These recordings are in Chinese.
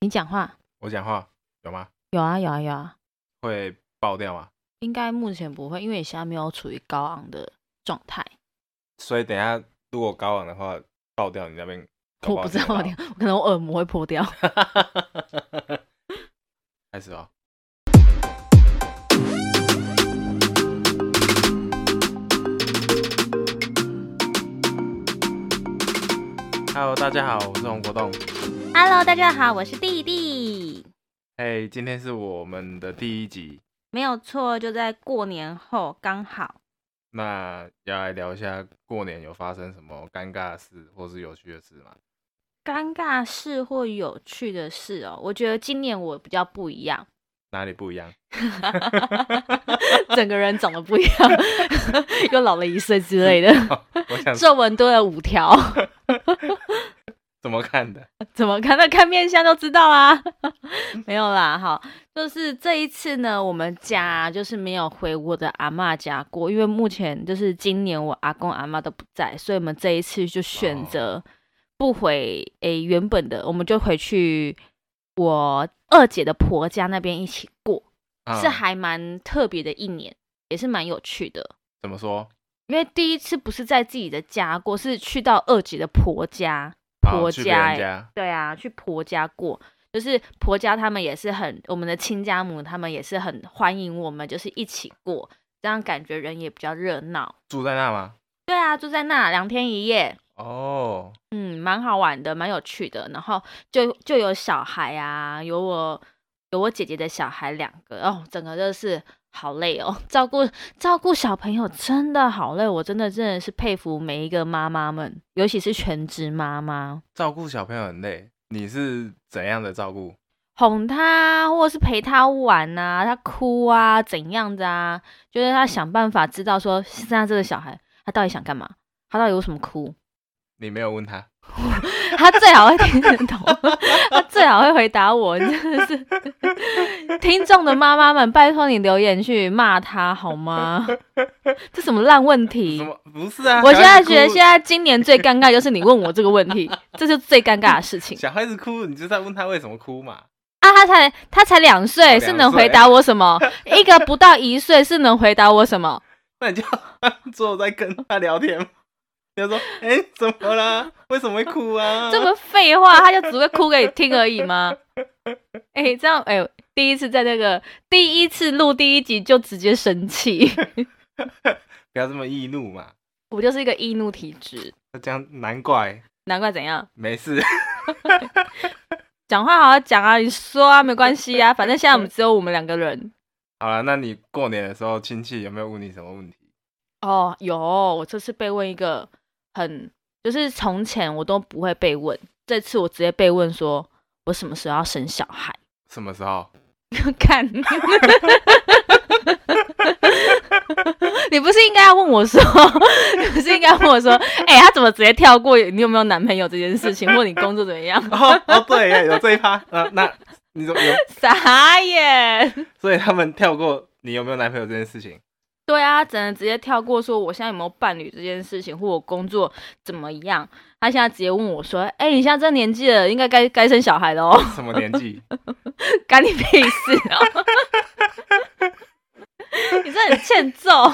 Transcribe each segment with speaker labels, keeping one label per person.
Speaker 1: 你讲话
Speaker 2: 我讲话有吗？
Speaker 1: 有啊有啊有啊，
Speaker 2: 会爆掉吗？
Speaker 1: 应该目前不会，因为你现在没有处于高昂的状态。
Speaker 2: 所以等一下如果高昂的话爆掉，你那边搞
Speaker 1: 我
Speaker 2: 好
Speaker 1: 不知道，我
Speaker 2: 听得到
Speaker 1: 等一下可能我耳膜会破掉。
Speaker 2: 开始吧。Hello，大家好，我是洪国栋。
Speaker 1: Hello，大家好，我是弟弟。
Speaker 2: 哎、今天是我们的第一集，
Speaker 1: 没有错，就在过年后刚好。
Speaker 2: 那要来聊一下过年有发生什么尴尬的事或是有趣的事吗？
Speaker 1: 尴尬事或有趣的事哦，我觉得今年我比较不一样，
Speaker 2: 哪里不一样？
Speaker 1: 整个人长得不一样， 又老了一岁之 类的，
Speaker 2: 哦我想
Speaker 1: 皱纹多了五条，
Speaker 2: 怎么看的？
Speaker 1: 怎么看？那看面相就知道啦。 没有啦，好，就是这一次呢，我们家就是没有回我的阿嬷家过，因为目前就是今年我阿公阿嬷都不在，所以我们这一次就选择不回诶、原本的，我们就回去我二姐的婆家那边一起过，
Speaker 2: 啊
Speaker 1: 是还蛮特别的一年，也是蛮有趣的。
Speaker 2: 怎么说？
Speaker 1: 因为第一次不是在自己的家过，是去到二姐的婆家，
Speaker 2: 啊
Speaker 1: 婆
Speaker 2: 去别人
Speaker 1: 家欸
Speaker 2: 家
Speaker 1: 对啊，去婆家过，就是婆家他们也是很，我们的亲家母他们也是很欢迎我们，就是一起过，这样感觉人也比较热闹。
Speaker 2: 住在那吗？
Speaker 1: 对啊，住在那两天一夜，
Speaker 2: 哦，
Speaker 1: 嗯，蛮好玩的，蛮有趣的。然后就就有小孩啊，有我有我姐姐的小孩两个哦，整个就是好累哦， 照顾照顾小朋友真的好累，我真的真的是佩服每一个妈妈们，尤其是全职妈妈。
Speaker 2: 照顾小朋友很累，你是怎样的照顾？
Speaker 1: 哄他，或者是陪他玩啊，他哭啊，怎样的啊，就是他想办法知道说现在这个小孩他到底想干嘛，他到底为什么哭，
Speaker 2: 你没有问他，
Speaker 1: 他最好会听得懂， 他最好会回答我，真的是听众的妈妈们，拜托你留言去骂他好吗？这什么烂问题
Speaker 2: 怎？么不是啊？
Speaker 1: 我现在
Speaker 2: 小孩子哭
Speaker 1: 觉得现在今年最尴尬就是你问我这个问题，这是最尴尬的事情。
Speaker 2: 小孩子哭，你就在问他为什么哭嘛。
Speaker 1: 啊，他才他才两岁，
Speaker 2: 哦
Speaker 1: 是能
Speaker 2: 两岁
Speaker 1: 回答我什么？一个不到一岁是能回答我什么？
Speaker 2: 那你就 坐在跟他聊天，你就说，哎、怎么啦？为什么会哭啊？
Speaker 1: 这么废话，他就只会哭给你听而已吗？哎、这样哎、第一次在那个第一次录第一集就直接生气，
Speaker 2: 不要这么易怒嘛。
Speaker 1: 我就是一个易怒体质，
Speaker 2: 那这样难怪
Speaker 1: 难怪怎样，
Speaker 2: 没事，
Speaker 1: 讲话好好讲啊，你说啊，没关系啊，反正现在我们只有我们两个人。
Speaker 2: 好了，那你过年的时候，亲戚有没有问你什么问题？
Speaker 1: 哦，有，我这次被问一个很，就是从前我都不会被问，这次我直接被问说，我什么时候要生小孩？
Speaker 2: 什么时候？
Speaker 1: 看， 你不是应该要问我说，你不是应该问我说， 哎、他怎么直接跳过你有没有男朋友这件事情，或你工作怎么样？
Speaker 2: 哦哦，对耶，有这一趴。呃，那你怎么有？
Speaker 1: 傻眼。
Speaker 2: 所以他们跳过你有没有男朋友这件事情。
Speaker 1: 对啊，只能直接跳过说我现在有没有伴侣这件事情，或我工作怎么样。他现在直接问我说：“哎、你现在这年纪了，应该该该生小孩了哦，
Speaker 2: 什么年纪？
Speaker 1: 干你屁事哦！” 你这很欠揍。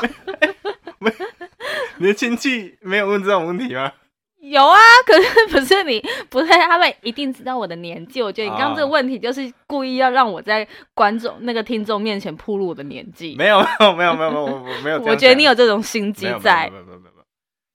Speaker 2: 你的亲戚没有问这种问题吗？
Speaker 1: 有啊，可是不是你，不是他们一定知道我的年纪。我觉得你刚刚这个问题就是故意要让我在观众那个听众面前铺露我的年纪。
Speaker 2: 没有，没有，没有，没有，没有我我没有这样讲。
Speaker 1: 我觉得你有这种心机
Speaker 2: 没有
Speaker 1: 在
Speaker 2: 没。有，没有，没有，没有没有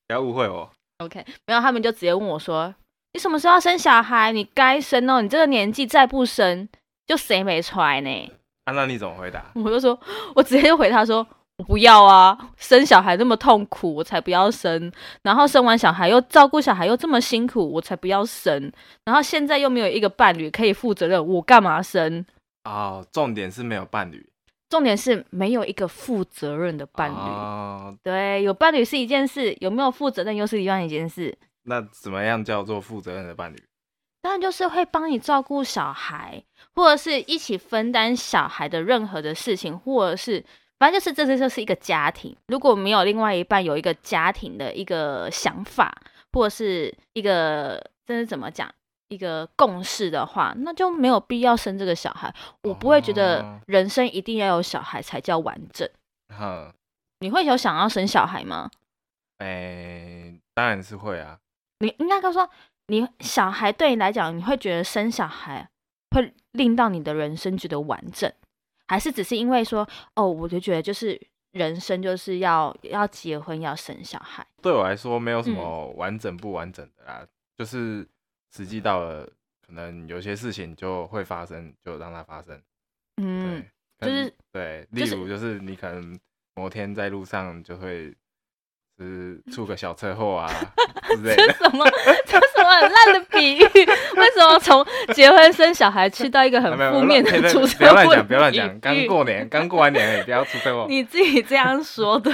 Speaker 2: 不要误会我。
Speaker 1: OK，没有，他们就直接问我说：“你什么时候要生小孩？你该生哦，你这个年纪再不生，就谁没出来呢
Speaker 2: 啊，那你怎么回答？”？
Speaker 1: 我就说，我直接就回他说。我不要啊！生小孩那么痛苦，我才不要生。然后生完小孩又照顾小孩又这么辛苦，我才不要生。然后现在又没有一个伴侣可以负责任，我干嘛生？
Speaker 2: 哦，重点是没有伴侣。
Speaker 1: 重点是没有一个负责任的伴侣。
Speaker 2: 哦，
Speaker 1: 对，有伴侣是一件事，有没有负责任又是另外一件事。
Speaker 2: 那怎么样叫做负责任的伴侣？
Speaker 1: 当然就是会帮你照顾小孩，或者是一起分担小孩的任何的事情，或者是反正就是这这就是一个家庭。如果没有另外一半有一个家庭的一个想法，或者是一个这是怎么讲？一一个共识的话，那就没有必要生这个小孩。我不会觉得
Speaker 2: 哦
Speaker 1: 人生一定要有小孩才叫完整。
Speaker 2: 哈，
Speaker 1: 你会有想要生小孩吗？
Speaker 2: 哎、当然是会啊，
Speaker 1: 你应该说，你小孩对你来讲，你会觉得生小孩会令到你的人生觉得完整，还是只是因为说，哦，我就觉得就是人生就是要要结婚要生小孩，
Speaker 2: 对我来说没有什
Speaker 1: 嗯
Speaker 2: 么完整不完整的啦，就是实
Speaker 1: 嗯
Speaker 2: 际到了，可能有些事情就会发生，就让它发生。
Speaker 1: 嗯，
Speaker 2: 对，可
Speaker 1: 就是
Speaker 2: 能对，
Speaker 1: 就
Speaker 2: 例
Speaker 1: 是
Speaker 2: 如就是你可能某天在路上就会。就是
Speaker 1: 嗯
Speaker 2: 出个小车祸 啊之类
Speaker 1: 这
Speaker 2: 的，
Speaker 1: 什么 这什么很烂的比喻？ 为什么从结婚生小孩去到一个很
Speaker 2: 啊没有
Speaker 1: 负面
Speaker 2: 没
Speaker 1: 的
Speaker 2: 有乱
Speaker 1: 出
Speaker 2: 不要
Speaker 1: 车
Speaker 2: 乱
Speaker 1: 祸？
Speaker 2: 讲，不要乱讲。刚，过年，刚过完年而已，不要出车祸。
Speaker 1: 你自己这样说的，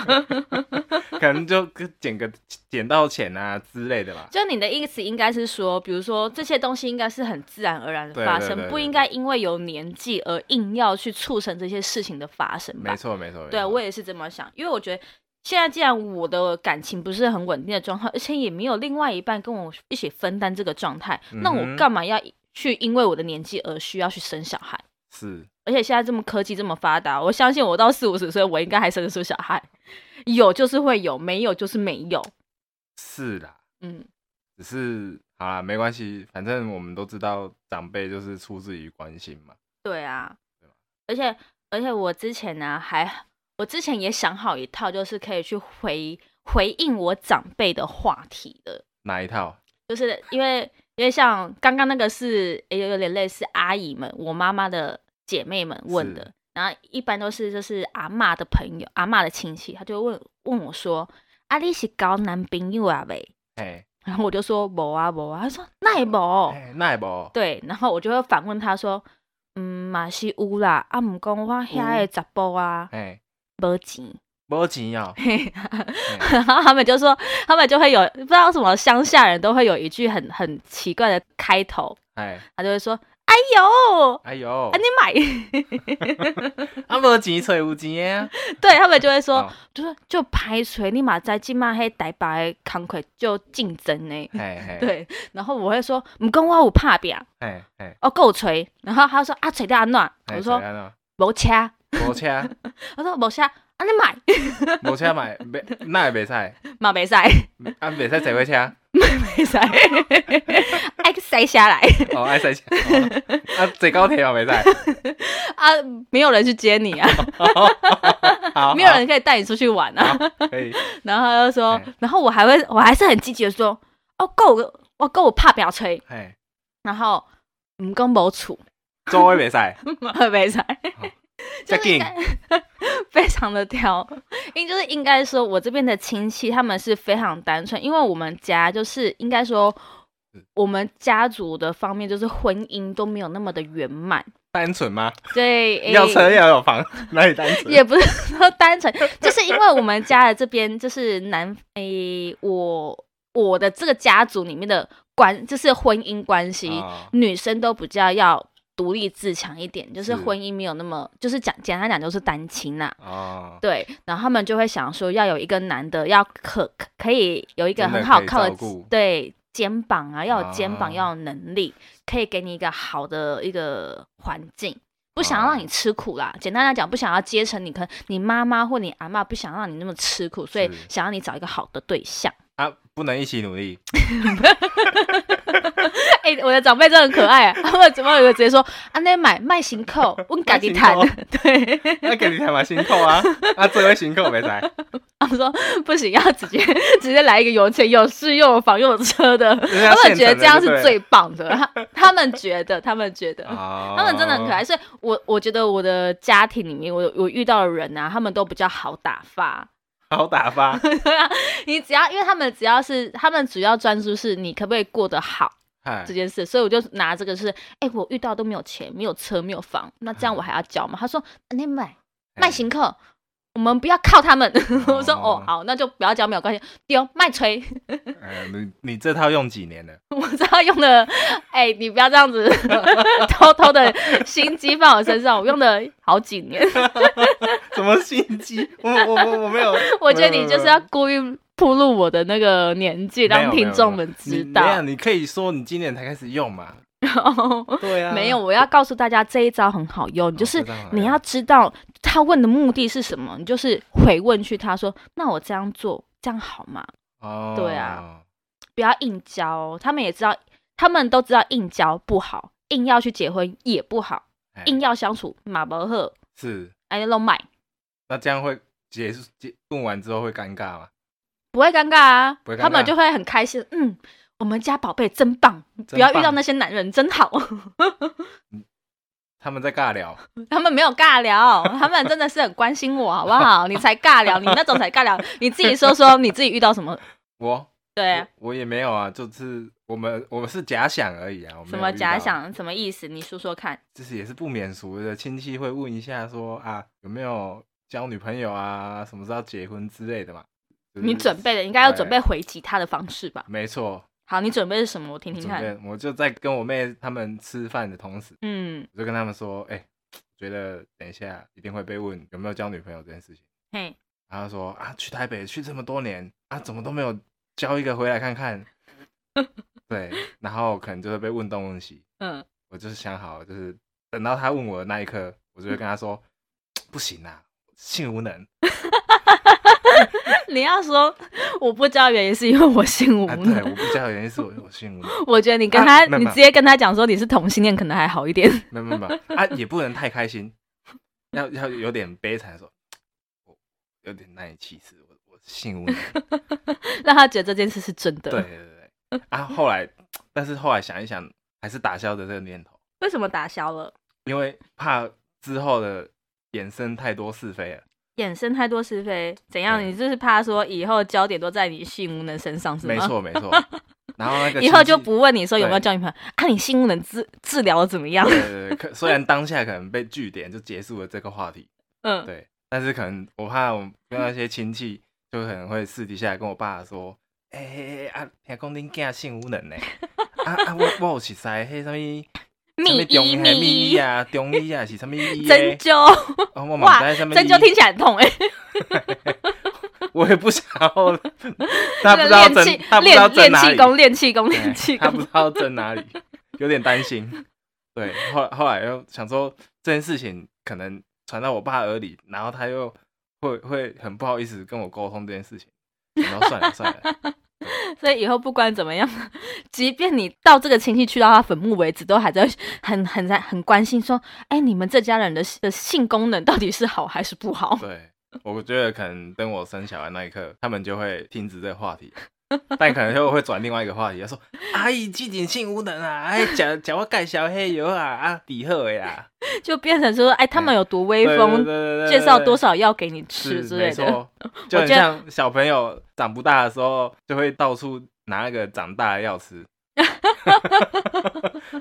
Speaker 2: 可能就跟捡个捡到钱啊之类的吧。
Speaker 1: 就你的意思应该是说，比如说这些东西应该是很自然而然的
Speaker 2: 对
Speaker 1: 发
Speaker 2: 对
Speaker 1: 生，
Speaker 2: 对
Speaker 1: 不
Speaker 2: 对
Speaker 1: 应该因为有年纪而硬要去促成这些事情的发生吧
Speaker 2: 没？错没错，没
Speaker 1: 对
Speaker 2: 错
Speaker 1: 我也是这么想，因为我觉得。现在既然我的感情不是很稳定的状态，而且也没有另外一半跟我一起分担这个状态，那
Speaker 2: 嗯
Speaker 1: 我
Speaker 2: 哼
Speaker 1: 干嘛要去因为我的年纪而需要去生小孩？
Speaker 2: 是
Speaker 1: 而且现在这么科技这么发达，我相信我到四五十岁，我应该还生得出小孩。有就是会有，没有就是没有。
Speaker 2: 是啦，
Speaker 1: 嗯，
Speaker 2: 只是好啦，没关系，反正我们都知道长辈就是出自于关心嘛。
Speaker 1: 对啊
Speaker 2: 对吧。
Speaker 1: 而且而且我之前呢、还我之前也想好一套，就是可以去回回应我长辈的话题的，
Speaker 2: 哪一套？
Speaker 1: 就是因为因为像刚刚那个是也有点类似阿姨们，我妈妈的姐妹们问的
Speaker 2: 是，
Speaker 1: 然后一般都是就是阿嬷的朋友、阿嬷的亲戚，他就会问问我说：“啊，你是交男朋友啊没？”
Speaker 2: 哎
Speaker 1: 然后我就说无啊无啊，他说那也无，
Speaker 2: 哎，那也不
Speaker 1: 对，然后我就会反问他说，嗯，嘛是有啦，啊，毋讲我遐的查甫啊
Speaker 2: 哎，
Speaker 1: 无钱，
Speaker 2: 没钱哦。哎
Speaker 1: 然后他们就说，他们就会有不知道为什么乡下人都会有一句很很奇怪的开头，
Speaker 2: 哎，
Speaker 1: 他就会说，哎呦，
Speaker 2: 哎呦
Speaker 1: 啊，你，买，
Speaker 2: 啊没钱找有钱的啊。
Speaker 1: 对他们就会说
Speaker 2: 哦，
Speaker 1: 就是就排除你嘛在即嘛迄台北的工课就竞争呢，
Speaker 2: 哎哎，
Speaker 1: 对，然后我会说，毋讲我有拍拼。
Speaker 2: 哎哎，
Speaker 1: 哦，够锤。然后他说啊，锤掉安暖。
Speaker 2: 哎
Speaker 1: 我说
Speaker 2: 怎样啊
Speaker 1: 无车，
Speaker 2: 没车，
Speaker 1: 他说无车，啊你买
Speaker 2: 没车买，没那也袂使，
Speaker 1: 嘛袂使，
Speaker 2: 啊袂使坐火车，
Speaker 1: 袂使，爱塞下来
Speaker 2: 哦爱塞车，哦啊坐高铁嘛袂使，
Speaker 1: 啊，没有人去接你啊，
Speaker 2: 好，
Speaker 1: 没有人可以带你出去玩啊。
Speaker 2: 好可以，
Speaker 1: 然后他就说
Speaker 2: 哎，
Speaker 1: 然后我还会，我还是很积极的说，哦够有，我够我怕表吹，
Speaker 2: 哎，
Speaker 1: 然后嗯唔讲无厝，
Speaker 2: 座位袂使。
Speaker 1: 袂使。
Speaker 2: 再
Speaker 1: 就是应
Speaker 2: 近
Speaker 1: 该 非常的挑，因就是应该说，我这边的亲戚他们是非常单纯，因为我们家就是应该说，
Speaker 2: 嗯
Speaker 1: 我们家族的方面就是婚姻都没有那么的圆满，
Speaker 2: 单纯吗？
Speaker 1: 对，诶
Speaker 2: 要车要有房， 哪里单
Speaker 1: 欸
Speaker 2: 纯？
Speaker 1: 也不是说单纯，就是因为我们家的这边就是男，诶、我我的这个家族里面的关就是婚姻关系，
Speaker 2: 哦
Speaker 1: 女生都比较要独立自强一点，就是
Speaker 2: 是
Speaker 1: 婚姻没有那么，就是讲简单讲就是单亲啦、
Speaker 2: 哦，
Speaker 1: 对，然后他们就会想说要有一个男的要可可可以有一个
Speaker 2: 真的
Speaker 1: 很好
Speaker 2: 可以
Speaker 1: 靠的
Speaker 2: 照顾
Speaker 1: 对肩膀啊，要有肩膀，
Speaker 2: 啊
Speaker 1: 要有能力，可以给你一个好的一个环境。不想要让你
Speaker 2: 啊
Speaker 1: 吃苦啦，简单来讲，不想要阶层，你可能你妈妈或你阿嬷不想让你那么吃苦，所以
Speaker 2: 是
Speaker 1: 想要你找一个好的对象。
Speaker 2: 啊，不能一起努力，
Speaker 1: 哎、我的长辈真的很可爱、啊，他们怎么有个直接说啊，那买卖行扣，问赶紧谈
Speaker 2: 卖，
Speaker 1: 对，
Speaker 2: 那给你台嘛辛苦 啊，啊，这位辛苦没在，
Speaker 1: 他们说不行，要直接直接来一个有钱有势又有房又有车的，
Speaker 2: 人家
Speaker 1: 他们
Speaker 2: 现
Speaker 1: 觉得
Speaker 2: 成的
Speaker 1: 这样
Speaker 2: 对
Speaker 1: 是
Speaker 2: 不
Speaker 1: 最
Speaker 2: 对
Speaker 1: 棒的，他他们觉得，他们觉得。
Speaker 2: 哦
Speaker 1: 他们真的很可爱，所以我我觉得我的家庭里面，我有我遇到的人啊，他们都比较好打发。
Speaker 2: 好打发，
Speaker 1: 对啊，你只要因为他们只要是他们主要专注是你可不可以过得好
Speaker 2: 嗨
Speaker 1: 这件事，所以我就拿这个是，哎、我遇到都没有钱，没有车，没有房，那
Speaker 2: 哎
Speaker 1: 这样我还要交吗？他说你买卖行客，我们不要靠他们。 我说哦
Speaker 2: 哦
Speaker 1: 好，那就不要交没有关系，丢卖吹。
Speaker 2: 呃，你你这套用几年了？
Speaker 1: 我 知道用的，哎、你不要这样 子偷偷的心机放我身上，我用了好几 年。
Speaker 2: 什么心机？我我我我没有，
Speaker 1: 我觉得你就是要
Speaker 2: 没有
Speaker 1: 故意暴露我的那个年纪，
Speaker 2: 没有
Speaker 1: 让
Speaker 2: 没有
Speaker 1: 听众们
Speaker 2: 你
Speaker 1: 知
Speaker 2: 没有，
Speaker 1: 道。
Speaker 2: 你可以说你今年才开始用嘛？对啊，
Speaker 1: 没有，我要告诉大家这一招很好用，就是
Speaker 2: 哦这啊招很好
Speaker 1: 你要
Speaker 2: 用
Speaker 1: 知道他问的目的是什么，你就是回问去他说：“那我这样做这样好吗？”
Speaker 2: 哦，
Speaker 1: 对啊，不要硬交哦、他们也知道，他们都知道硬交不好，硬要去结婚也不好，硬要相处马伯赫
Speaker 2: 哎是
Speaker 1: 哎都买
Speaker 2: 那这样会结束结问完之后会尴尬吗？
Speaker 1: 不会尴尬啊，
Speaker 2: 不会尴尬
Speaker 1: 他们就会很开心，嗯。我们家宝贝真棒，不
Speaker 2: 真
Speaker 1: 要遇到
Speaker 2: 棒
Speaker 1: 那些男人真好。
Speaker 2: 他们在尬聊，
Speaker 1: 他们没有尬聊，他们真的是很关心我，好不 好？你才尬聊，你那种才尬聊，你自己说说你自己遇到什么？
Speaker 2: 我
Speaker 1: 对啊，
Speaker 2: 我我也没有啊，就是我们我们是假想而已啊，我没有
Speaker 1: 什么
Speaker 2: 遇到
Speaker 1: 假，想，什么意思？你说说看。
Speaker 2: 就是也是不免俗的，亲戚会问一下说啊有没有交女朋友啊，什么时候要结婚之类的嘛。就是
Speaker 1: 你准备的应该要
Speaker 2: 对
Speaker 1: 准备回击他的方式吧？
Speaker 2: 没错，
Speaker 1: 好，你准备是什么？我听听
Speaker 2: 准
Speaker 1: 看。
Speaker 2: 备我就在跟我妹他们吃饭的同时，
Speaker 1: 嗯，
Speaker 2: 我就跟他们说，哎、觉得等一下一定会被问有没有交女朋友这件事情。
Speaker 1: 嘿，
Speaker 2: 然后说啊，去台北去这么多年啊，怎么都没有交一个回来 看看。对，然后可能就会被问东问西。
Speaker 1: 嗯，
Speaker 2: 我就是想好，就是等到他问我的那一刻，我就会跟他说，不行啊，性无能
Speaker 1: 你要说我不交原因是因为我性无
Speaker 2: 啊，
Speaker 1: 能，
Speaker 2: 对，我不交的原因是我我性无能，
Speaker 1: 我觉得你跟他，
Speaker 2: 啊没有
Speaker 1: 你
Speaker 2: 没有
Speaker 1: 直接跟他讲说你是同性恋可能还好一点。
Speaker 2: 没有没有没有啊，也不能太开心，要要有点悲惨地说，我有点难以启齿，我我性无能。
Speaker 1: 让他觉得这件事是真的。
Speaker 2: 对，对对对，啊，后来，但是后来想一想，还是打消的这个念头，
Speaker 1: 为什么打消了？
Speaker 2: 因为怕之后的衍生太多是非了。
Speaker 1: 衍生太多是非，怎样？
Speaker 2: 对
Speaker 1: 你就是怕说以后焦点都在你性无能身上是吗？
Speaker 2: 没，错没 错，然后那个
Speaker 1: 以后
Speaker 2: 亲
Speaker 1: 就
Speaker 2: 戚
Speaker 1: 不问你说有没有
Speaker 2: 对
Speaker 1: 交女朋友啊？你性无能治治疗的怎么样？
Speaker 2: 对对对，可虽然当下可能被据点就结束了这个话题，
Speaker 1: 嗯，
Speaker 2: 对，但是可能我怕我跟那些亲戚就可能会私底下跟我爸说，哎哎哎啊，听讲恁囝性无 能呢、啊啊我我有识识迄什么。什
Speaker 1: 密
Speaker 2: 么中
Speaker 1: 医
Speaker 2: 嘿
Speaker 1: 密
Speaker 2: 秘医
Speaker 1: 医
Speaker 2: 啊，中医啊，是什么医的？
Speaker 1: 针灸，
Speaker 2: 哦，我嘛
Speaker 1: 哇
Speaker 2: 不知道什，么
Speaker 1: 针
Speaker 2: 医
Speaker 1: 灸听起来很痛哎，
Speaker 2: 我也不想要， 他不知道
Speaker 1: 练
Speaker 2: 针
Speaker 1: 气，
Speaker 2: 他不知道
Speaker 1: 练
Speaker 2: 针
Speaker 1: 练
Speaker 2: 哪里
Speaker 1: 气，功，练气功，
Speaker 2: 对
Speaker 1: 练 气
Speaker 2: 他不
Speaker 1: 功
Speaker 2: 知。道针哪里，有点担心。对，后后来又想说这件事情可能传到我爸耳里，然后他又会会很不好意思跟我沟通这件事情，然后算了算了，
Speaker 1: 所以以后不管怎么样，即便你到这个亲戚去到他坟墓为止，都还在很很在很关心说，哎、你们这家人的的性功能到底是好还是不好？
Speaker 2: 对。我觉得可能等我生小孩那一刻，他们就会停止这个话题，但可能又会转另外一个话题，他说：“阿姨，基点性无能啊，哎，讲讲我介绍黑油啊，啊，底贺的啦。”
Speaker 1: 就变成说，哎、他们有多威
Speaker 2: 对
Speaker 1: 风，
Speaker 2: 对对对
Speaker 1: 介绍
Speaker 2: 对
Speaker 1: 多少药给你
Speaker 2: 是
Speaker 1: 吃之类的。，
Speaker 2: 没错就很
Speaker 1: 觉得
Speaker 2: 像小朋友长不大的时候，就会到处拿那个长大的 药吃。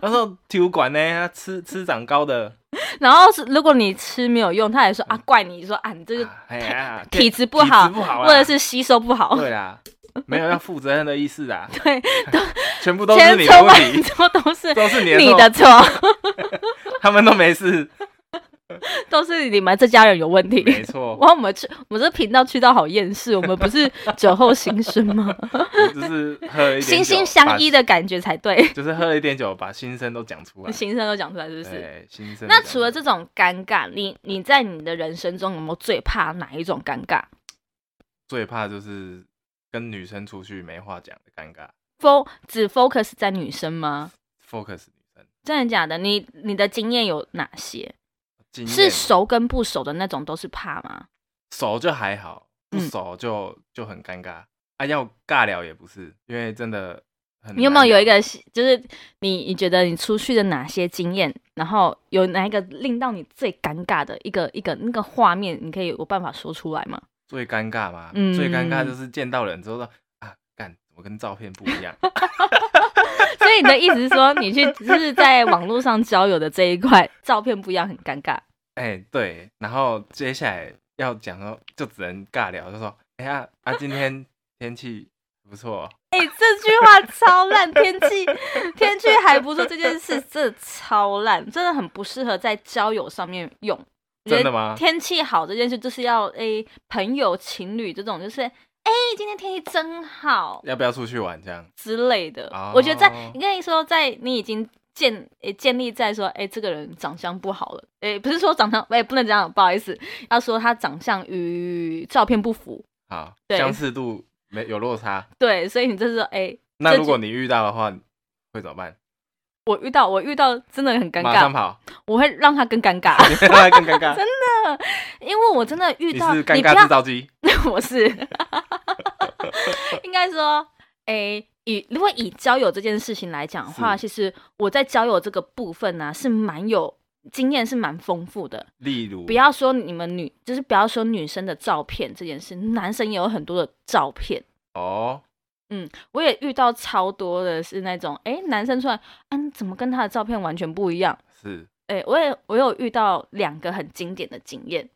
Speaker 2: 他说体育馆呢，他吃吃长高的，
Speaker 1: 然后是如果你吃没有用，他也说
Speaker 2: 嗯
Speaker 1: 啊，怪你说啊，你这个
Speaker 2: 啊哎呀，
Speaker 1: 体质不
Speaker 2: 体质
Speaker 1: 好，
Speaker 2: 不好啊
Speaker 1: 或者是吸收不好，
Speaker 2: 对啦，没有要负责任的意思啊，
Speaker 1: 对，
Speaker 2: 全部都是
Speaker 1: 千
Speaker 2: 你
Speaker 1: 错
Speaker 2: 的问
Speaker 1: 万
Speaker 2: 题，
Speaker 1: 错都是
Speaker 2: 都是你
Speaker 1: 你的
Speaker 2: 的错，
Speaker 1: 错，
Speaker 2: 他们都没事，
Speaker 1: 都是你们这家人有问题。
Speaker 2: 没错，
Speaker 1: 哇，我们去我们这频道去到好厌世，我们不是酒后心声吗？
Speaker 2: 我就是喝了一点
Speaker 1: 心
Speaker 2: 酒
Speaker 1: 心相依，的感觉才对
Speaker 2: 把，就是喝了一点酒，把心声都讲出来，
Speaker 1: 心声都讲出来是不是？
Speaker 2: 对，心声。
Speaker 1: 那除了这，种尴尬，你你在你的人生中有没有最怕哪一种尴尬？
Speaker 2: 最怕就是跟女生出去没话讲的尴尬。
Speaker 1: fo 只 focus 在女生吗？
Speaker 2: focus 女生
Speaker 1: 真的假的？你你的经验有哪些？
Speaker 2: 经
Speaker 1: 是
Speaker 2: 验
Speaker 1: 熟跟不熟的那种都是怕吗？
Speaker 2: 熟就还好，不
Speaker 1: 嗯
Speaker 2: 熟就、就很尴尬啊。要尬聊也不是，因为真的很
Speaker 1: 你有没
Speaker 2: 难
Speaker 1: 有有
Speaker 2: 聊
Speaker 1: 一个喜就是你你觉得你出去的哪些经验，然后有哪一个令到你最尴尬的一个一个那个画面，你可以有办法说出来吗？
Speaker 2: 最尴尬嘛？
Speaker 1: 嗯
Speaker 2: 最尴尬就是见到人之后说啊，干怎么跟照片不 一样？
Speaker 1: 所以你的意思是说，你去只是在网络上交友的这一块，照片不一样很尴尬。
Speaker 2: 哎、对，然后接下来要讲说就只能尬聊，就说哎呀啊，今天天气不错哦，
Speaker 1: 哎、这句话超烂，天气天气还不错，这件事真的超烂，真的很不适合在交友上面用。
Speaker 2: 真的吗
Speaker 1: 天气好这件事就是要哎、朋友情侣这种，就是哎、今天天气真好
Speaker 2: 要不要出去玩这样？
Speaker 1: 之类的。我觉得在
Speaker 2: 哦
Speaker 1: 你跟你说，在你已经建诶、建立在说，哎、这个人长相不好了，哎、不是说长相，哎、不能这样，不好意思，要说他长相与照片不符。
Speaker 2: 好，
Speaker 1: 对
Speaker 2: 相似度没有落差。
Speaker 1: 对，所以你这是说，哎、
Speaker 2: 那
Speaker 1: 这
Speaker 2: 如
Speaker 1: 就
Speaker 2: 果你遇到的话，你会怎么办？
Speaker 1: 我遇到我遇到真的很尴
Speaker 2: 马上
Speaker 1: 尬，
Speaker 2: 跑，
Speaker 1: 我会让他更尴尬，
Speaker 2: 你会让他更尴尬。
Speaker 1: 因为我真的遇
Speaker 2: 你
Speaker 1: 到
Speaker 2: 是尴
Speaker 1: 不
Speaker 2: 尬
Speaker 1: 要
Speaker 2: 制造机，
Speaker 1: 我是， 应该说，诶、以如果以交友这件事情来讲的话，
Speaker 2: 是
Speaker 1: 其实我在交友这个部分呢、是蛮有经验，是蛮丰富的。
Speaker 2: 例如
Speaker 1: 不要说你们女，就是不要说女生的照片这件事，男生也有很多的照片。
Speaker 2: 哦，
Speaker 1: 我也遇到超多的是那种，诶、男生出来，嗯、怎么跟他的照片完全不一样？
Speaker 2: 是
Speaker 1: 诶、我也我有遇到两个很经典的经验，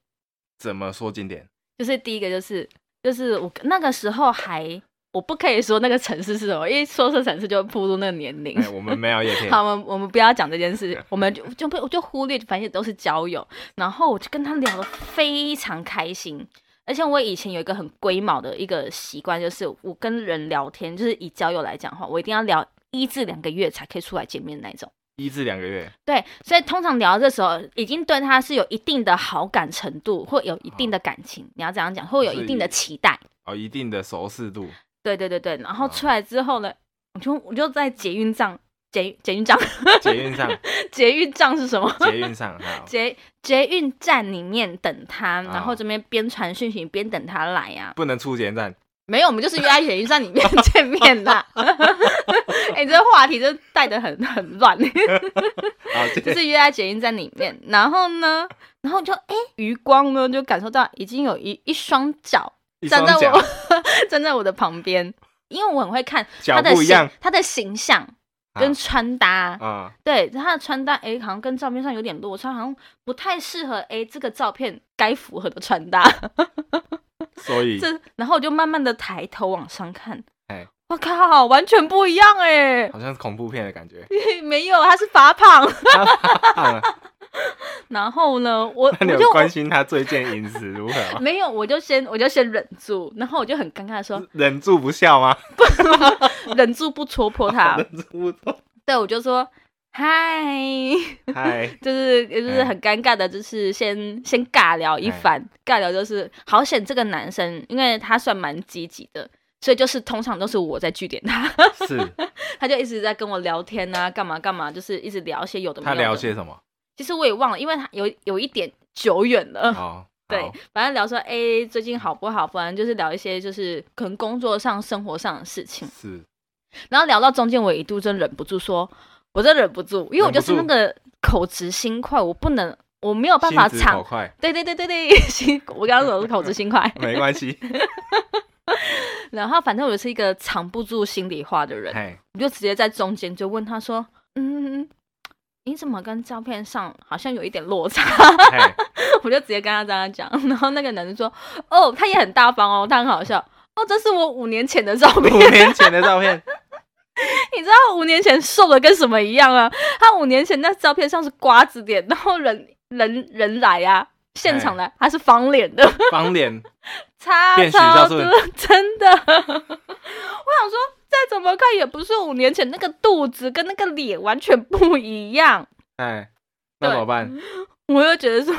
Speaker 2: 怎么说经典？
Speaker 1: 就是第一个就是就是我那个时候还我不可以说那个城市是什么，因为说是城市就会暴露那个年龄。
Speaker 2: 哎，我们没有叶 片，
Speaker 1: 好，我们我们不要讲这件事，我们就就不我就忽略，反正也都是交友。然后我就跟他聊得非常开心，而且我以前有一个很龟毛的一个习惯，就是我跟人聊天，就是以交友来讲的话，我一定要聊一至两个月才可以出来见面那一种。
Speaker 2: 一至两个月，
Speaker 1: 对，所以通常聊到这时候，已经对他是有一定的好感程度，或有一定的感情，你要这样讲，或有一定的期待。
Speaker 2: 哦，一定的熟视度，
Speaker 1: 对对对对，然后
Speaker 2: 啊
Speaker 1: 出来之后呢，我就我就在捷运站，捷捷运站，
Speaker 2: 捷运上，
Speaker 1: 捷运站是什么？
Speaker 2: 捷运 上，好，
Speaker 1: 捷捷运站里面等他，然后
Speaker 2: 啊
Speaker 1: 这边边传讯息边等他来啊呀、
Speaker 2: 不能出捷运站，
Speaker 1: 没有，我们就是约在捷运站里面 见面啦。哎、这个话题就带的很很 乱。
Speaker 2: 好，
Speaker 1: 就
Speaker 2: 捷
Speaker 1: 是约在捷运站里面，然后呢，然后就哎、余光呢就感受到已经有一一双脚
Speaker 2: 一
Speaker 1: 站
Speaker 2: 双
Speaker 1: 在
Speaker 2: 脚
Speaker 1: 我 站在我的旁边，因为我很会看他
Speaker 2: 脚
Speaker 1: 的
Speaker 2: 不一样
Speaker 1: 形他的形象
Speaker 2: 啊
Speaker 1: 跟穿搭，
Speaker 2: 啊，
Speaker 1: 对他的穿搭哎、好像跟照片上有点落差，好像不太适合哎、这个照片该符合的穿搭，
Speaker 2: 所以
Speaker 1: 这然后我就慢慢的抬头往上看
Speaker 2: 哎。
Speaker 1: 我靠，完全不一样哎、
Speaker 2: 好像是恐怖片的感觉。
Speaker 1: 没有，他是发胖。
Speaker 2: 啊
Speaker 1: 然后呢，我
Speaker 2: 那你
Speaker 1: 我
Speaker 2: 有
Speaker 1: 就
Speaker 2: 关心他最近饮食如何吗？
Speaker 1: 没有，我就先我就先忍住，然后我就很尴尬的 说
Speaker 2: 忍住不 笑吗？
Speaker 1: 忍住不戳破他。
Speaker 2: 忍住不笑。
Speaker 1: 对，我就说嗨，
Speaker 2: 嗨，
Speaker 1: 就是就是
Speaker 2: 哎
Speaker 1: 很尴尬的，就是先先尬聊一
Speaker 2: 哎
Speaker 1: 番，尬聊就是好险这个男生，因为他算蛮积极的。所以就是通常都是我在据点他，
Speaker 2: 是
Speaker 1: 他就一直在跟我聊天啊，干嘛干嘛，就是一直聊一些有的没
Speaker 2: 他
Speaker 1: 有的。
Speaker 2: 聊些什么？
Speaker 1: 其实我也忘了，因为他有有一点久远了。
Speaker 2: 哦，
Speaker 1: 对
Speaker 2: 好，，
Speaker 1: 反正聊说哎、最近好不好？不然就是聊一些就是可能工作上、生活上的事情。
Speaker 2: 是
Speaker 1: 然后聊到中间，我一度真忍不住说，我真忍不住，因为我就是那
Speaker 2: 忍不住
Speaker 1: 个口直心快，我不能，我没有办法
Speaker 2: 心直口
Speaker 1: 藏。
Speaker 2: 快，
Speaker 1: 对对对对对， 心，我刚刚说我是口直心快。
Speaker 2: 没关系。
Speaker 1: 然后反正我是一个藏不住心里话的人，
Speaker 2: 哎，
Speaker 1: 我就直接在中间就问他说，嗯。你怎么跟照片上好像有一点落差？
Speaker 2: 嘿
Speaker 1: 我就直接跟他这样讲，然后那个男生说：“哦，他也很大方哦，他很好笑哦，这是我五年前的照片。”
Speaker 2: 五年前的照片，
Speaker 1: 你知道他五年前瘦的跟什么一样啊？他五年前那照片上是瓜子脸，然后人人人来啊，现场来，他是方脸的，
Speaker 2: 方脸
Speaker 1: 差
Speaker 2: 变许
Speaker 1: 超
Speaker 2: 孝
Speaker 1: 多
Speaker 2: 顺，
Speaker 1: 真的。我想说，再怎么看也不是五年前那个肚子跟那个脸完全不一样。
Speaker 2: 哎，那怎么办？
Speaker 1: 我就觉得说，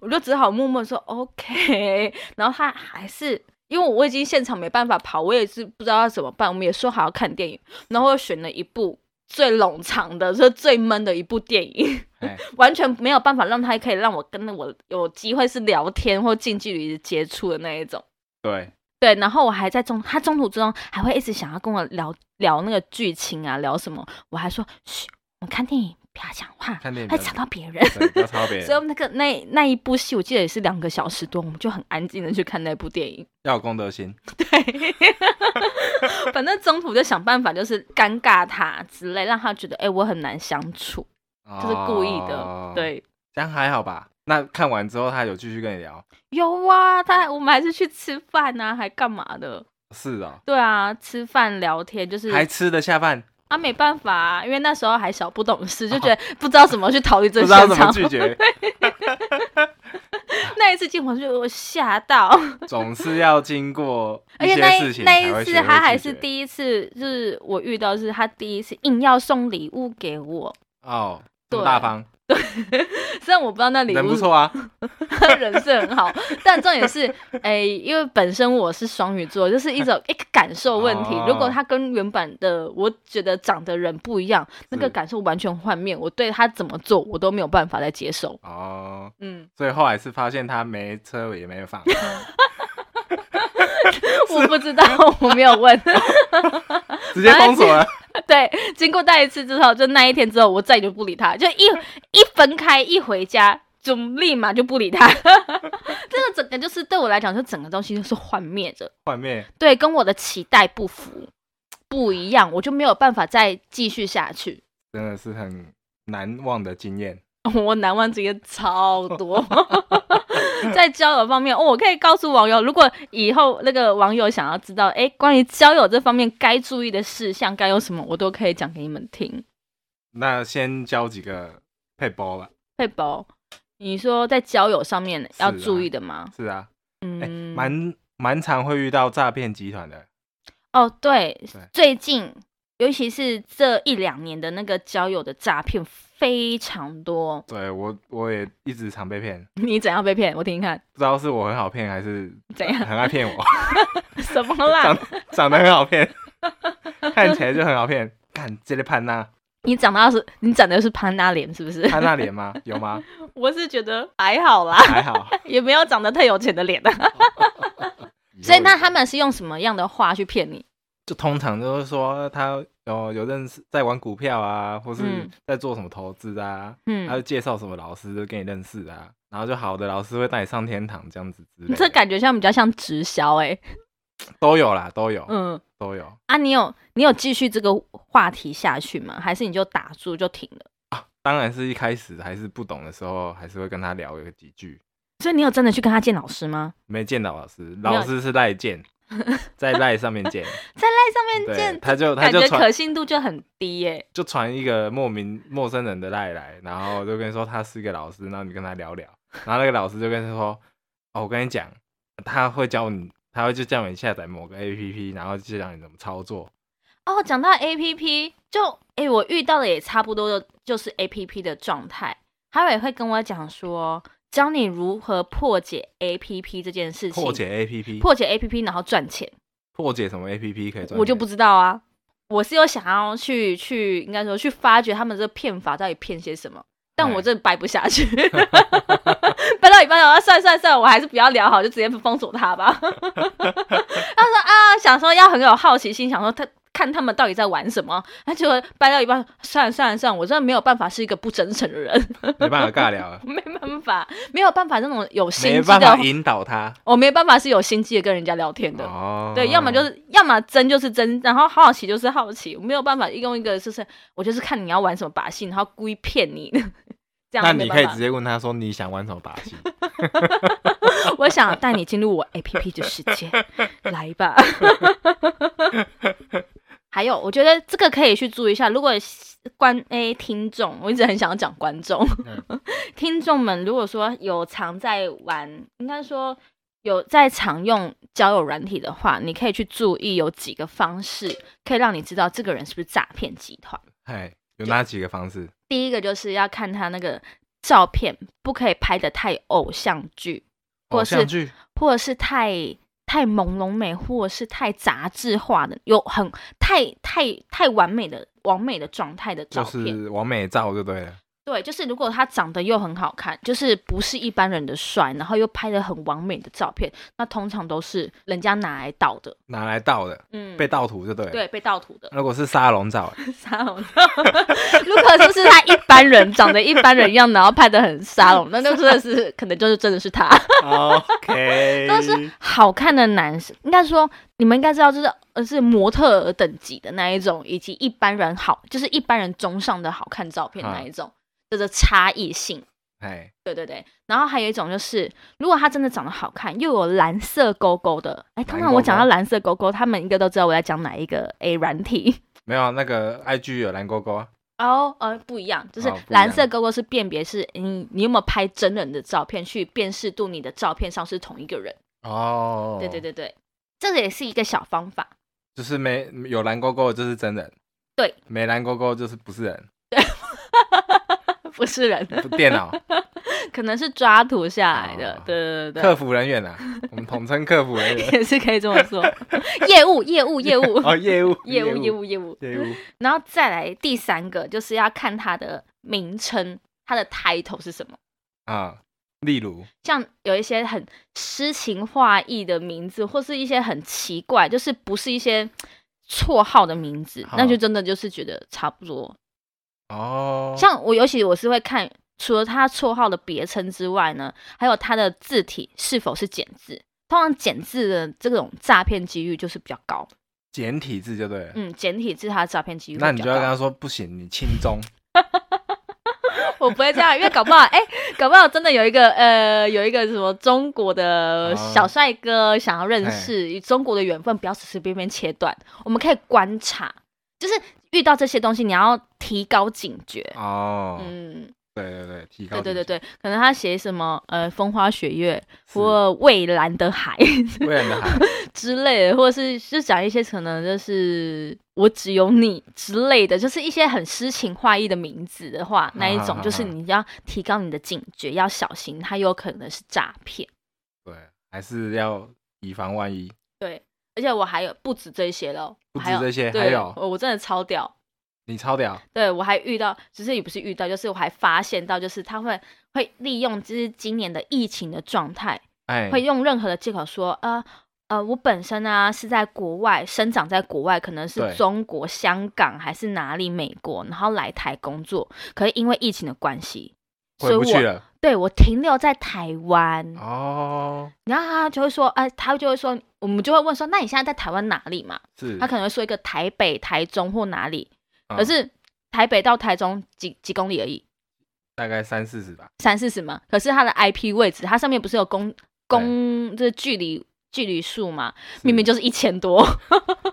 Speaker 1: 我就只好默默地说 OK，然后他还是。因为我已经现场没办法跑，我也是不知道要怎么办。我们也说好要看电影，然后我选了一部最冗长的、就是最闷的一部电影，
Speaker 2: 哎，
Speaker 1: 完全没有办法让他可以让我跟我有机会是聊天或近距离接触的那一种。
Speaker 2: 对，
Speaker 1: 对，然后我还在中，他中途之中还会一直想要跟我聊聊那个剧情啊，聊什么，我还说嘘，我们看电影不要讲话，
Speaker 2: 看电影不
Speaker 1: 会
Speaker 2: 要
Speaker 1: 吵
Speaker 2: 讲
Speaker 1: 到别人。
Speaker 2: 对不要抄别
Speaker 1: 所以
Speaker 2: 人，
Speaker 1: 那个那那一部戏，我记得也是两个小时多，我们就很安静的去看那部电影。
Speaker 2: 要有公德心。
Speaker 1: 反正中途就想办法，就是尴尬他之类，让他觉得哎、我很难相处，就是故意的。
Speaker 2: 哦，
Speaker 1: 对，
Speaker 2: 这样还好吧？那看完之后，他有继续跟你聊，
Speaker 1: 有啊，他我们还是去吃饭啊，还干嘛的？
Speaker 2: 是哦，
Speaker 1: 对啊，吃饭聊天就是
Speaker 2: 还吃得下饭，
Speaker 1: 啊，没办法、啊，因为那时候还小不懂事，就觉得不知道怎么去逃离
Speaker 2: 哦不
Speaker 1: 这
Speaker 2: 知
Speaker 1: 现
Speaker 2: 道怎么
Speaker 1: 场。
Speaker 2: 拒绝，
Speaker 1: 那 那一次进黄就我吓到，
Speaker 2: 总是要经过
Speaker 1: 而
Speaker 2: 一
Speaker 1: 且
Speaker 2: 些
Speaker 1: 那
Speaker 2: 事
Speaker 1: 一
Speaker 2: 情
Speaker 1: 那
Speaker 2: 才会
Speaker 1: 一次
Speaker 2: 学会
Speaker 1: 他还
Speaker 2: 拒
Speaker 1: 是
Speaker 2: 绝
Speaker 1: 第一次，就是我遇到是他第一次硬要送礼物给我，
Speaker 2: 哦，这么
Speaker 1: 对
Speaker 2: 大方，
Speaker 1: 虽然我不知道那礼
Speaker 2: 人
Speaker 1: 物
Speaker 2: 不
Speaker 1: 是
Speaker 2: 错 啊，
Speaker 1: 他人是很好， 但重点是，哎、因为本身我是双鱼座，就是 一种一个感受问题。
Speaker 2: 哦
Speaker 1: 如果他跟原版的我觉得长的人不一样，那个
Speaker 2: 是
Speaker 1: 感受完全幻灭，我对他怎么做我都没有办法再接受。
Speaker 2: 哦，
Speaker 1: 嗯，
Speaker 2: 所以后来是发现他没车也没房，
Speaker 1: 我不知道，我没有问。
Speaker 2: 直接封锁了。
Speaker 1: 对，经过那一次之后，就那一天之后，我再也就不理他，就一一分开一回家。就立马就不理他， 这个整个就是对我来讲，就整个东西就是幻灭着。
Speaker 2: 外面
Speaker 1: 对，跟我的期待不符，不一样，我就没有办法再继续下去。
Speaker 2: 真的是很难忘的经验。
Speaker 1: 我难忘经验超多， 在交友方面，哦，我可以告诉网友，如果以后那个网友想要知道，哎，关于交友这方面该注意的事项，该有什么，我都可以讲给你们听。
Speaker 2: 那先教几个配包吧。
Speaker 1: 佩宝，你说在交友上面要
Speaker 2: 是啊
Speaker 1: 注意的吗？
Speaker 2: 是啊，哎、
Speaker 1: 嗯，
Speaker 2: 蛮蛮常会遇到诈骗集团的。
Speaker 1: 哦，对
Speaker 2: 对，
Speaker 1: 最近尤其是这一两年的那个交友的诈骗非常多，
Speaker 2: 对我我也一直常被骗，
Speaker 1: 你怎样被骗？我听听看，
Speaker 2: 不知道是我很好骗还是
Speaker 1: 怎样？
Speaker 2: 很爱骗我，
Speaker 1: 什么啦
Speaker 2: 长？长得很好骗， 看起来就很好骗。看这个潘娜，
Speaker 1: 你长得是，你长得是潘娜脸是不是？
Speaker 2: 潘娜脸吗？有吗？
Speaker 1: 我是觉得还好啦，
Speaker 2: 还好。
Speaker 1: 也没有长得太有钱的脸 啊。 所以那他们是用什么样的话去骗你？
Speaker 2: 就通常都是说他有有认识在玩股票啊，或是
Speaker 1: 嗯
Speaker 2: 在做什么投资啊，他就
Speaker 1: 嗯，
Speaker 2: 介绍什么老师给你认识啊，然后就好的老师会带你上天堂这样子之类的，
Speaker 1: 这感觉像比较像直销哎、
Speaker 2: 都有啦，都有、
Speaker 1: 嗯
Speaker 2: 都有
Speaker 1: 啊，你有你有继续这个话题下去吗？还是你就打住就停了？
Speaker 2: 啊。当然是一开始还是不懂的时候，还是会跟他聊个几句。
Speaker 1: 所以你有真的去跟他见老师吗？
Speaker 2: 没见到老师，
Speaker 1: 有
Speaker 2: 老师是 赖见，在赖上面见，
Speaker 1: 在赖上面
Speaker 2: 对，
Speaker 1: 见，
Speaker 2: 他就他
Speaker 1: 感
Speaker 2: 就
Speaker 1: 觉可
Speaker 2: 传
Speaker 1: 信度就很低耶、
Speaker 2: 就传一个莫名陌生人的赖来，然后就跟你说他是一个老师，然后你跟他聊聊，然后那个老师就跟他说，哦，我跟你讲，他会教你，他会就叫你下载某个 A P P，然后就讲你怎么操作，
Speaker 1: 哦，讲到 A P P，就诶，我遇到的也差不多的就是 A P P 的状态。他也会跟我讲说，教你如何破解 A P P 这件事情，
Speaker 2: 破解 A P P，
Speaker 1: 破解 A P P，然后赚钱。
Speaker 2: 破解什么 A P P 可以赚钱？
Speaker 1: 我就不知道啊，我是有想要去去，应该说去发掘他们这骗法到底骗些什么。但我
Speaker 2: 哎
Speaker 1: 真的掰不下 去，掰到一半了，我要算算算，我还是不要聊好，就直接封锁他 吧。他说啊，想说要很有好奇心，想说他看他们到底在玩什么，他就掰到一半，算了算了算了，我真的没有办法是一个不真诚的人，，
Speaker 2: 没办法尬聊了
Speaker 1: 没办法，没有办法那种有 心
Speaker 2: 没
Speaker 1: 机
Speaker 2: 办
Speaker 1: 的
Speaker 2: 法，引导他。
Speaker 1: 我没办法是有心机的跟人家聊天的。
Speaker 2: 哦，
Speaker 1: 对，要么就是，要么真就是真，然后好奇就是好奇，我没有办法用一个就是，我就是看你要玩什么把戏，然后故意骗你， 这样
Speaker 2: 那
Speaker 1: 没
Speaker 2: 你
Speaker 1: 办
Speaker 2: 可以
Speaker 1: 法
Speaker 2: 直接问他说你想玩什么把 戏？
Speaker 1: 我想带你进入我 APP 的世界，来吧。 还有，我觉得这个可以去注意一下。如果观诶、听众，我一直很想要讲观众， 听众们，如果说有常在玩，应该说有在常用交友软体的话，你可以去注意有几个方式，可以让你知道这个人是不是诈骗集团。
Speaker 2: 哎，有哪几个方式？
Speaker 1: 第一个就是要看他那个照片，不可以拍的太偶像剧，或
Speaker 2: 偶
Speaker 1: 是
Speaker 2: 像剧
Speaker 1: 或者是太太朦胧美，或者是太杂质化的，有很太太太完美的完美的状态的照
Speaker 2: 就
Speaker 1: 片。
Speaker 2: 是完美照就对了。
Speaker 1: 对，就是如果他长得又很好看，就是不是一般人的帅，然后又拍的很完美的照片，那通常都是人家拿来盗的。
Speaker 2: 拿来盗的，
Speaker 1: 嗯，
Speaker 2: 被盗图就对了。
Speaker 1: 对被盗图 的
Speaker 2: 如果是沙龙 照，
Speaker 1: 沙龙照，如果就是他一般人长得一般人一样，然后拍的很沙龙，那就真的是可能就是真的是他。
Speaker 2: OK，
Speaker 1: 都是好看的男生，应该说你们应该知道，就是呃是模特儿等级的那一种，以及一般人好，就是一般人中上的好看照片
Speaker 2: 啊
Speaker 1: 那一种，这个差异性。
Speaker 2: 哎，
Speaker 1: 对对对，然后还有一种就是，如果他真的长得好看，又有蓝色勾勾的，哎，通
Speaker 2: 蓝
Speaker 1: 常
Speaker 2: 勾
Speaker 1: 我讲
Speaker 2: 勾
Speaker 1: 到蓝 色勾勾，他们应该都知道我在讲哪一个哎软体。
Speaker 2: 没有那个 IG 有蓝勾勾啊，
Speaker 1: 哦，呃，不一样，就是
Speaker 2: 哦不一
Speaker 1: 蓝
Speaker 2: 样
Speaker 1: 色勾勾是辨别是嗯你你有没有拍真人的照片，去辨识度你的照片上是同一个人。
Speaker 2: 哦，
Speaker 1: 对对，对对，这个也是一个小方法。
Speaker 2: 就是没有蓝勾勾的就是真人，
Speaker 1: 对，
Speaker 2: 没蓝勾勾就是不 是人，
Speaker 1: 不是人，
Speaker 2: 不电脑
Speaker 1: 可能是抓图下来的
Speaker 2: 哦，
Speaker 1: 对对对
Speaker 2: 客
Speaker 1: 对，
Speaker 2: 服人员啊，我们统称客服人 员。
Speaker 1: 也是可以这么说。 业务，业务，业务，
Speaker 2: 哦，业务，
Speaker 1: 业务，业
Speaker 2: 业务，
Speaker 1: 务，业务。
Speaker 2: 业务，
Speaker 1: 然后再来第三个，就是要看它的名称，它的 title 是什么。
Speaker 2: 啊，例如，
Speaker 1: 像有一些很诗情画意的名字，或是一些很奇怪，就是不是一些绰号的名字，
Speaker 2: 好
Speaker 1: 那就真的就是觉得差不多。
Speaker 2: 哦，
Speaker 1: 像我，尤其我是会看，除了他绰号的别称之外呢，还有他的字体是否是简字。通常简字的这种诈骗几率就是比较高，
Speaker 2: 简体字就对了。
Speaker 1: 嗯，简体字它的诈骗几率
Speaker 2: 那
Speaker 1: 会
Speaker 2: 你
Speaker 1: 比
Speaker 2: 就
Speaker 1: 较
Speaker 2: 要跟
Speaker 1: 高。
Speaker 2: 他说不行，你轻中，
Speaker 1: 我不会这样，因为搞不好，哎、搞不好真的有一个呃，有一个什么中国的
Speaker 2: 啊
Speaker 1: 小帅哥想要认识，与中国的缘分不要随随便便切断，我们可以观察，就是遇到这些东西，你要提高警觉。
Speaker 2: 哦，
Speaker 1: 嗯，
Speaker 2: 对对对，提高
Speaker 1: 对对对对，
Speaker 2: 警
Speaker 1: 可能他写什么呃风花雪月
Speaker 2: 是
Speaker 1: 或蔚蓝的海
Speaker 2: 惕，为了孩
Speaker 1: 之类的，或者是就讲一些可能就是我只有你之类的，就是一些很诗情画意的名字的话，那一种就是
Speaker 2: 啊啊啊
Speaker 1: 你要提高你的警觉，要小心，它有可能是诈骗。
Speaker 2: 对，还是要以防万一。
Speaker 1: 对，而且我还有不止这些喽，
Speaker 2: 不
Speaker 1: 还
Speaker 2: 止
Speaker 1: 有
Speaker 2: 这些，
Speaker 1: 对
Speaker 2: 还有
Speaker 1: 我我真的超屌，
Speaker 2: 你超屌，
Speaker 1: 对我还遇到，只是也不是遇到，就是我还发现到，就是他会会利用就是今年的疫情的状态。
Speaker 2: 哎，
Speaker 1: 会用任何的借口说，呃呃，我本身啊是在国外生长，在国外可能是
Speaker 2: 对
Speaker 1: 中国、香港还是哪里美国，然后来台工作，可是因为疫情的关系，所以
Speaker 2: 回不去
Speaker 1: 我嗯
Speaker 2: 了
Speaker 1: 对我停留在台湾，
Speaker 2: 哦，
Speaker 1: 然后他就会说，哎、他就会说，我们就会问说，那你现在在台湾哪里嘛？
Speaker 2: 是，
Speaker 1: 他可能会说一个台北、台中或哪里，
Speaker 2: 嗯
Speaker 1: 可是台北到台中几几公里而已，
Speaker 2: 大概三四十吧，
Speaker 1: 三四十嘛，可是它的 IP 位置，它上面不是有公公这距离距离数嘛？ 明明
Speaker 2: 就
Speaker 1: 就是一千多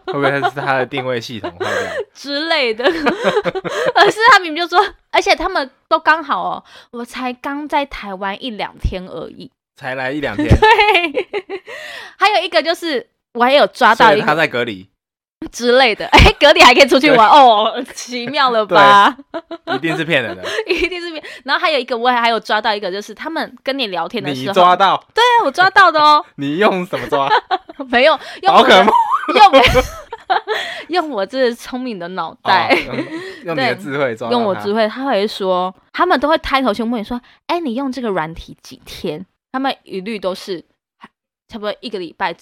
Speaker 2: 会不会是他的定位系统坏掉？
Speaker 1: 之类的， 而是他明明就说，而且他们都刚好哦，我才刚在台湾一两天而已。
Speaker 2: 才来一两天，
Speaker 1: 对，还有一个就是。我还有抓到
Speaker 2: 所以
Speaker 1: 一
Speaker 2: 他
Speaker 1: 个
Speaker 2: 在隔离，
Speaker 1: 之类的，哎、 隔离还可以出去玩哦，奇妙了吧？
Speaker 2: 一定是骗人的。
Speaker 1: 一定是没。然后还有一个，我还有抓到一个，就是他们跟你聊天的
Speaker 2: 你
Speaker 1: 时候，
Speaker 2: 抓到，
Speaker 1: 对我抓到的 哦，
Speaker 2: 你用什么抓？
Speaker 1: 没有 用
Speaker 2: 宝
Speaker 1: 我
Speaker 2: 可
Speaker 1: 的
Speaker 2: 梦，
Speaker 1: 用我用我这聪明的脑袋，
Speaker 2: 哦用用你 的智慧抓到它，
Speaker 1: 用我智慧，他会说，他们都会开头先问你说，哎、你用这个软体几天？他们一律都是还差不多一个礼拜，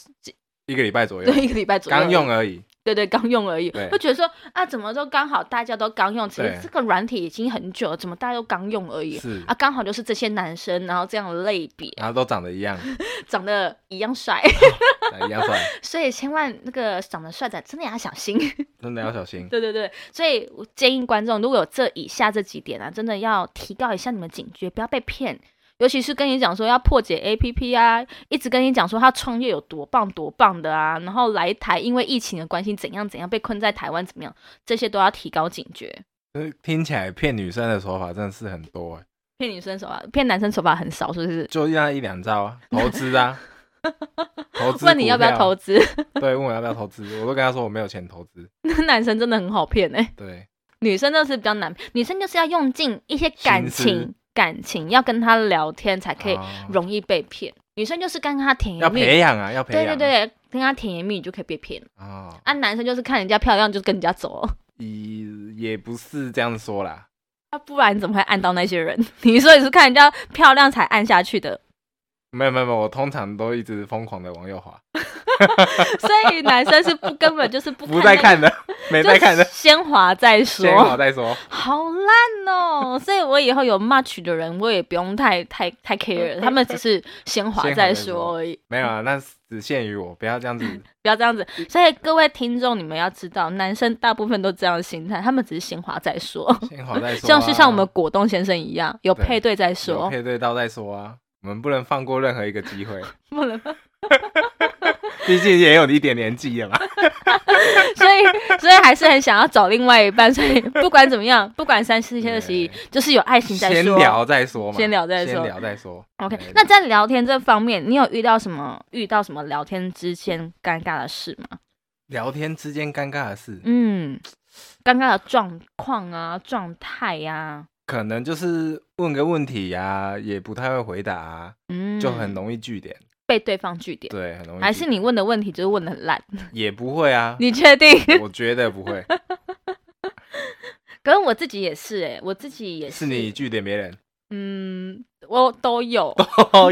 Speaker 2: 一个礼拜左右
Speaker 1: 对，，一个礼拜左右，
Speaker 2: 刚用，而已。
Speaker 1: 对对，刚用而已
Speaker 2: 对。
Speaker 1: 会觉得说啊，怎么都刚好大家都刚用，其实
Speaker 2: 对
Speaker 1: 这个软体已经很久了，怎么大家都刚用而已？
Speaker 2: 是
Speaker 1: 啊，，刚好就是这些男生，然后这样类比，
Speaker 2: 然后都长得一样，
Speaker 1: 长得一样帅，
Speaker 2: 长得一样帅，
Speaker 1: 所以千万那个长得帅的真的要小心。
Speaker 2: 真的要 小心。
Speaker 1: 对对对，所以我建议观众如果有这以下这几点啊，真的要提高一下你们警觉，不要被骗。尤其是跟你讲说要破解 APP 啊，一直跟你讲说他创业有多棒多棒的啊，然后来台因为疫情的关系怎样怎样被困在台湾怎么样，这些都要提高警觉。
Speaker 2: 就是听起来骗女生的手法真的是很多哎，
Speaker 1: 骗女生手法，骗男生手法很少，是不是？
Speaker 2: 就那一两招啊，投资 啊，投资。
Speaker 1: 问你要不要投？资？
Speaker 2: 对，问我要不要投资，我都跟他说我没有钱投资。
Speaker 1: 男生真的很好骗哎、
Speaker 2: 对，
Speaker 1: 女生就是比较难，女生就是要用尽一些感
Speaker 2: 心思
Speaker 1: 情，感情要跟他聊天才可以
Speaker 2: 哦
Speaker 1: 容易被骗。女生就是跟他甜
Speaker 2: 要
Speaker 1: 言蜜语，
Speaker 2: 培养啊，要培
Speaker 1: 对
Speaker 2: 养。
Speaker 1: 对对，跟他甜言蜜语就可以被骗。
Speaker 2: 哦，
Speaker 1: 啊，男生就是看人家漂亮就跟人家走、哦，
Speaker 2: 也也不是这样说啦，
Speaker 1: 啊，不然你怎么会按到那些人？ 你说你是看人家漂亮才按下去 的，
Speaker 2: 没有没有没有，我通常都一直疯狂的往右滑，
Speaker 1: 所以男生是不根本就是不
Speaker 2: 不在看的，没
Speaker 1: 那个，
Speaker 2: 在看的
Speaker 1: 就，先滑再
Speaker 2: 先好
Speaker 1: 说，
Speaker 2: 再说。
Speaker 1: 好烂哦！所以我以后有 match 的人，我也不用太太 太 care，他们只是先滑
Speaker 2: 先滑
Speaker 1: 再
Speaker 2: 再
Speaker 1: 说
Speaker 2: 说
Speaker 1: 而已。
Speaker 2: 没有啊，那只限于我，不要这 样子。
Speaker 1: 不要这样子。所以各位听众，你们要知道，男生大部分都这样的心态，他们只是先滑再说，
Speaker 2: 先好再说、啊，
Speaker 1: 像是像我们果冻先生一样，有
Speaker 2: 对
Speaker 1: 配对再
Speaker 2: 有
Speaker 1: 说，
Speaker 2: 配对到再说啊，我们不能放过任何一个机会。
Speaker 1: 不能
Speaker 2: 毕竟也有一点年纪 了嘛。
Speaker 1: 所以所以还是很想要找另外一半，所以不管怎么样，不管三七二十一，就是有爱情再
Speaker 2: 先
Speaker 1: 说。
Speaker 2: 聊再说嘛，
Speaker 1: 先聊再说
Speaker 2: 先聊再说。
Speaker 1: OK，
Speaker 2: 对
Speaker 1: 那在聊天这方面，你有遇到什么遇到什么聊天之间尴尬的事吗？
Speaker 2: 聊天之间尴尬的事，
Speaker 1: 嗯，尴尬的状况啊，状态啊呀，
Speaker 2: 可能就是问个问题呀、也不太会回答、啊，
Speaker 1: 嗯，
Speaker 2: 就很容易据点。
Speaker 1: 被对方据点，
Speaker 2: 对，很容易据嗯点。
Speaker 1: 还是你问的问题就是问的很烂，
Speaker 2: 也不会啊？
Speaker 1: 你确定？
Speaker 2: 我觉得不会，
Speaker 1: 可是我自己也是哎、我自己 也
Speaker 2: 是你据点别 人。
Speaker 1: 嗯，我都有。
Speaker 2: 哦，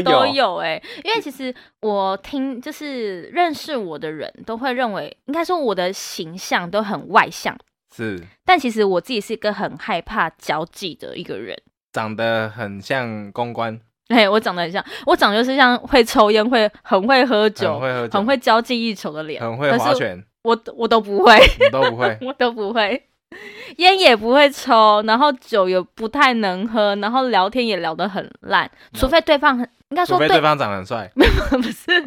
Speaker 1: 都有哎、因为其实我听就是认识我的人都会认为，应该说我的形象都很外向，
Speaker 2: 是
Speaker 1: 但其实我自己是一个很害怕交际的一个人。
Speaker 2: 长得很像公关，
Speaker 1: 哎、我长得很像，我长得就是像会抽烟、会很会喝酒、
Speaker 2: 很会喝酒，
Speaker 1: 很会交际应酬的脸，
Speaker 2: 很会划
Speaker 1: 可是
Speaker 2: 拳，
Speaker 1: 我我都不会， 。
Speaker 2: 你都不会
Speaker 1: 我都不会，烟也不会抽，然后酒也不太能喝，然后聊天也聊得很烂，除非对方很应该
Speaker 2: 除
Speaker 1: 说
Speaker 2: 非
Speaker 1: 对
Speaker 2: 对方长得很帅，
Speaker 1: 不是，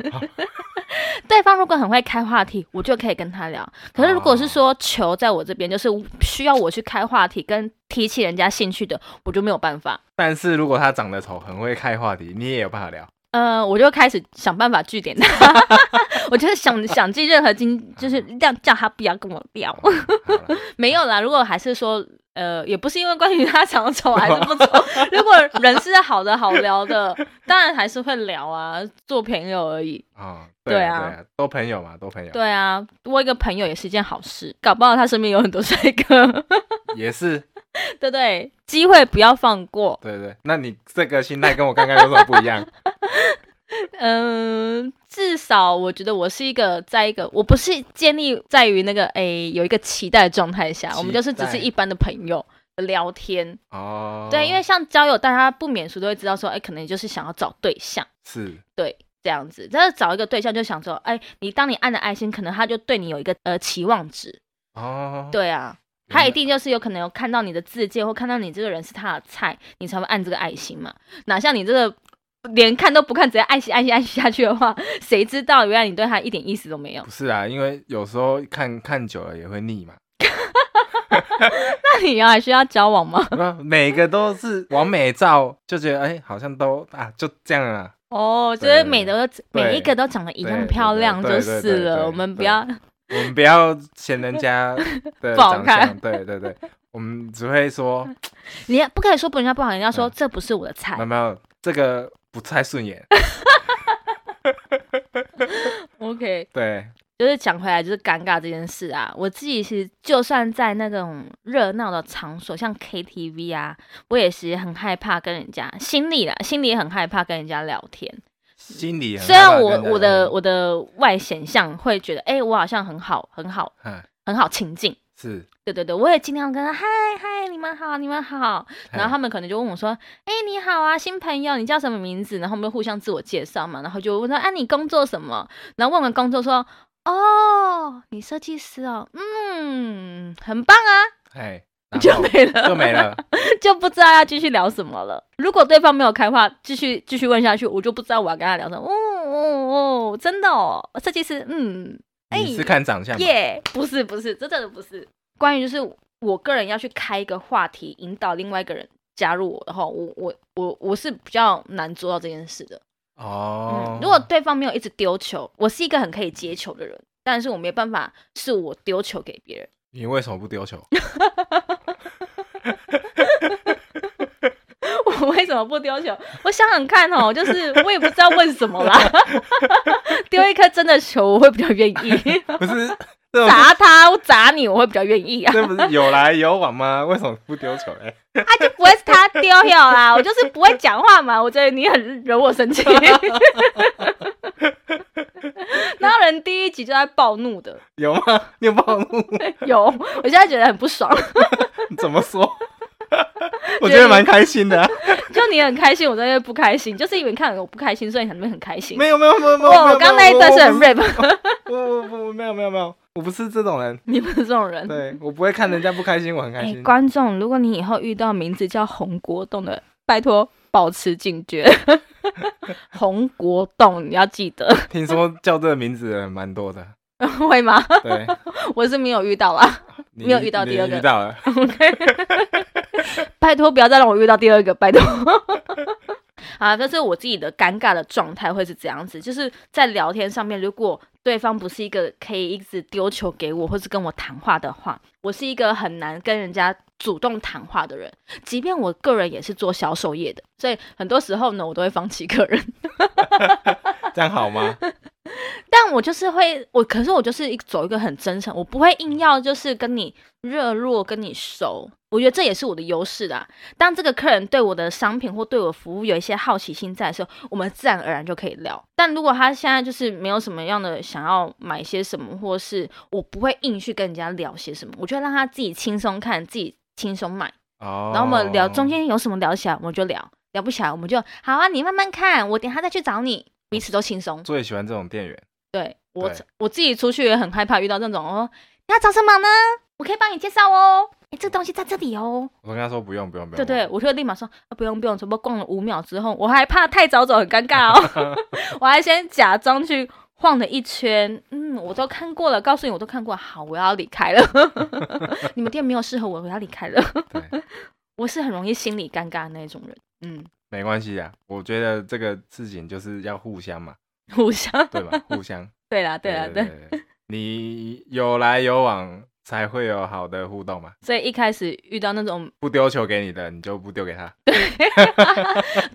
Speaker 1: 对方如果很会开话题，我就可以跟他聊。可是如果是说球在我这边，就是需要我去开话题跟提起人家兴趣的，我就没有办法。
Speaker 2: 但是如果他长得丑，很会开话题，你也有办法聊。
Speaker 1: 呃，我就开始想办法据点他， 我就是想想尽任何经，就是让叫他不要跟我聊。
Speaker 2: 哦好啦 好啦
Speaker 1: 没有啦，如果还是说，呃，也不是因为关于他长得丑还是不 丑，如果人是好的好聊的，当然还是会聊啊，做朋友而已。
Speaker 2: 啊，
Speaker 1: 对
Speaker 2: 对
Speaker 1: 啊
Speaker 2: 对啊，都朋友嘛，都朋友，
Speaker 1: 对啊，多一个朋友也是一件好事，搞不好他身边有很多帅哥，
Speaker 2: 也是，
Speaker 1: 对不对？机会不要放过。
Speaker 2: 对对。那你这个心态跟我刚刚有什么不一样？
Speaker 1: 嗯、至少我觉得我是一个在一个我不是建立在于那个诶有一个期待的状态下，我们就是只
Speaker 2: 期待
Speaker 1: 是一般的朋友。聊天，
Speaker 2: 哦，
Speaker 1: 对，因为像交友，大家不免俗都会知道说，哎，可能你就是想要找对象
Speaker 2: 是
Speaker 1: 这样子。但是找一个对象就想说，哎，你当你按了爱心，可能他就对你有一个呃期望值，
Speaker 2: 哦，
Speaker 1: 对啊，
Speaker 2: 原
Speaker 1: 他
Speaker 2: 来
Speaker 1: 一定就是有可能有看到你的字界，或看到你这个人是他的菜，你才会按这个爱心嘛。哪像你这个连看都不看，直接爱心爱心爱心下去的话，谁知道原来你对他一点意思都没有
Speaker 2: 不？是啊，因为有时候看看久了也会腻嘛。
Speaker 1: 那你要还需要交往吗？
Speaker 2: 那每个都是完美照，就觉得哎、好像都啊，就这样啊。
Speaker 1: 哦，就
Speaker 2: 对
Speaker 1: 是每的都每一个都长得一样漂亮
Speaker 2: 对对
Speaker 1: 就是
Speaker 2: 对对对对
Speaker 1: 了。我们不要
Speaker 2: 我们不要嫌人家 的
Speaker 1: 不好
Speaker 2: 长
Speaker 1: 看
Speaker 2: 相，对对对，我们只会说
Speaker 1: 你也不可以说人家不好，人家说
Speaker 2: 嗯
Speaker 1: 这不是我的菜
Speaker 2: 没有。没有这个不太顺眼。
Speaker 1: OK，
Speaker 2: 对，
Speaker 1: 就是讲回来，就是尴尬这件事啊，我自己是就算在那种热闹的场所，像 KTV 啊，我也是很害怕跟人家，心里啦，心里也很害怕跟人家聊天。
Speaker 2: 心里很
Speaker 1: 虽然
Speaker 2: 害怕
Speaker 1: 我
Speaker 2: 跟人
Speaker 1: 我的
Speaker 2: 家
Speaker 1: 我的外显像会觉得，哎、我好像很好，很好，
Speaker 2: 嗯
Speaker 1: 很好亲近。
Speaker 2: 是，
Speaker 1: 对对对，我也尽量跟他嗨嗨，你们好，你们好。然后他们可能就问我说：“哎、你好啊，新朋友，你叫什么名字？”然后我们就互相自我介绍嘛，然后就问说：“啊，你工作什么？”然后问完工作说：“哦，你设计师哦，嗯，很棒啊。
Speaker 2: 哎，然”
Speaker 1: 就
Speaker 2: 后
Speaker 1: 没了，
Speaker 2: 就 没，了。
Speaker 1: 就不知道要继续聊什么了。如果对方没有开话，继续继续问下去，我就不知道我要跟他聊什么。哦哦哦，真的哦，设计师，嗯，哎
Speaker 2: 你是看长相吗？
Speaker 1: 耶不是不是，这真的不是。关于就是我个人要去开一个话题，引导另外一个人加入我的话，我我我我是比较难做到这件事的。
Speaker 2: 哦
Speaker 1: 嗯，，如果对方没有一直丢球，我是一个很可以接球的人，但是我没办法是我丢球给别人。
Speaker 2: 你为什么不丢球？
Speaker 1: 我为什么不丢球？我想想看哦，就是我也不知道问什么啦。 丢一颗真的球，我会比较愿意
Speaker 2: 不是，这不
Speaker 1: 砸他，我砸你，我会比较愿意啊。
Speaker 2: 这不是有来有往吗？为什么不丢球哎嘞？
Speaker 1: 他就不会是他丢掉 啦，我就是不会讲话嘛，我觉得你很惹我生 气。然后人第一集就在暴怒的，
Speaker 2: 有吗？ 你有暴怒？
Speaker 1: 有，我现在觉得很不爽。
Speaker 2: 怎么说？ 我觉得蛮开心的啊、
Speaker 1: 就你很开心，我在那边不开心，就是因为你看我不开心，所以你在那边很开心。
Speaker 2: 没有没有没有没有，
Speaker 1: 哇，
Speaker 2: 没
Speaker 1: 哦我
Speaker 2: 有
Speaker 1: 刚那一段是很。rap，啊
Speaker 2: 我我不没有没有没有，我不是这种人，
Speaker 1: 你不是这种人。
Speaker 2: 对我不会看人家不开心，我很
Speaker 1: 嗯
Speaker 2: 开
Speaker 1: 哎、
Speaker 2: 心。
Speaker 1: 观众，如果你以后遇到名字叫红国栋的，拜托保持警觉。 红国栋，你要记得，
Speaker 2: 听说叫这个名字的人蛮多的，
Speaker 1: 会吗？
Speaker 2: 对，
Speaker 1: 我是没有遇到啦。
Speaker 2: 你
Speaker 1: 没有遇到
Speaker 2: 你
Speaker 1: 第二个
Speaker 2: 遇到了，
Speaker 1: 拜托不要再让我遇到第二个，拜 托。啊，但是我自己的尴尬的状态会是这样子，就是在聊天上面，如果对方不是一个可以一直丢球给我，或是跟我谈话的话，我是一个很难跟人家主动谈话的人。即便我个人也是做销售业的，所以很多时候呢，我都会放弃客人。
Speaker 2: 这样好吗？
Speaker 1: 但我就是会，我可是我就是一走一个很真诚，我不会硬要就是跟你热络，跟你熟。我觉得这也是我的优势啦。当这个客人对我的商品或对我服务有一些好奇心在的时候，我们自然而然就可以聊。但如果他现在就是没有什么样的想要买些什么，或是我不会硬去跟人家聊些什么，我就让他自己轻松看，自己轻松买。
Speaker 2: 哦，
Speaker 1: 然后我们聊中间有什么聊起来，我们就聊；聊不起来，我们就好啊，你慢慢看，我等一下再去找你，彼此都轻松。
Speaker 2: 最喜欢这种店员，
Speaker 1: 对我
Speaker 2: 对
Speaker 1: 自我自己出去也很害怕遇到这种哦，你要找什么呢？我可以帮你介绍哦。哎，这个东西在这里哦。
Speaker 2: 我跟他说不用不用不
Speaker 1: 对
Speaker 2: 用，
Speaker 1: 对，我就立马说啊，不用不用，只不过逛了五秒之后，我还怕太早走很尴尬 哦，我还先假装去晃了一圈，嗯，我都看过了，告诉你我都看过了，好，我要离开了， 你们店没有适合我，我要离开了。
Speaker 2: 对，
Speaker 1: 我是很容易心理尴尬的那种人，嗯，
Speaker 2: 没关系啊，我觉得这个事情就是要互 相嘛，
Speaker 1: 互相，
Speaker 2: 对吧？互相，
Speaker 1: 对啦 对啦
Speaker 2: 对对，对你有来有往才会有好的互动嘛，
Speaker 1: 所以一开始遇到那种
Speaker 2: 不丢球给你的，你就不丢给他，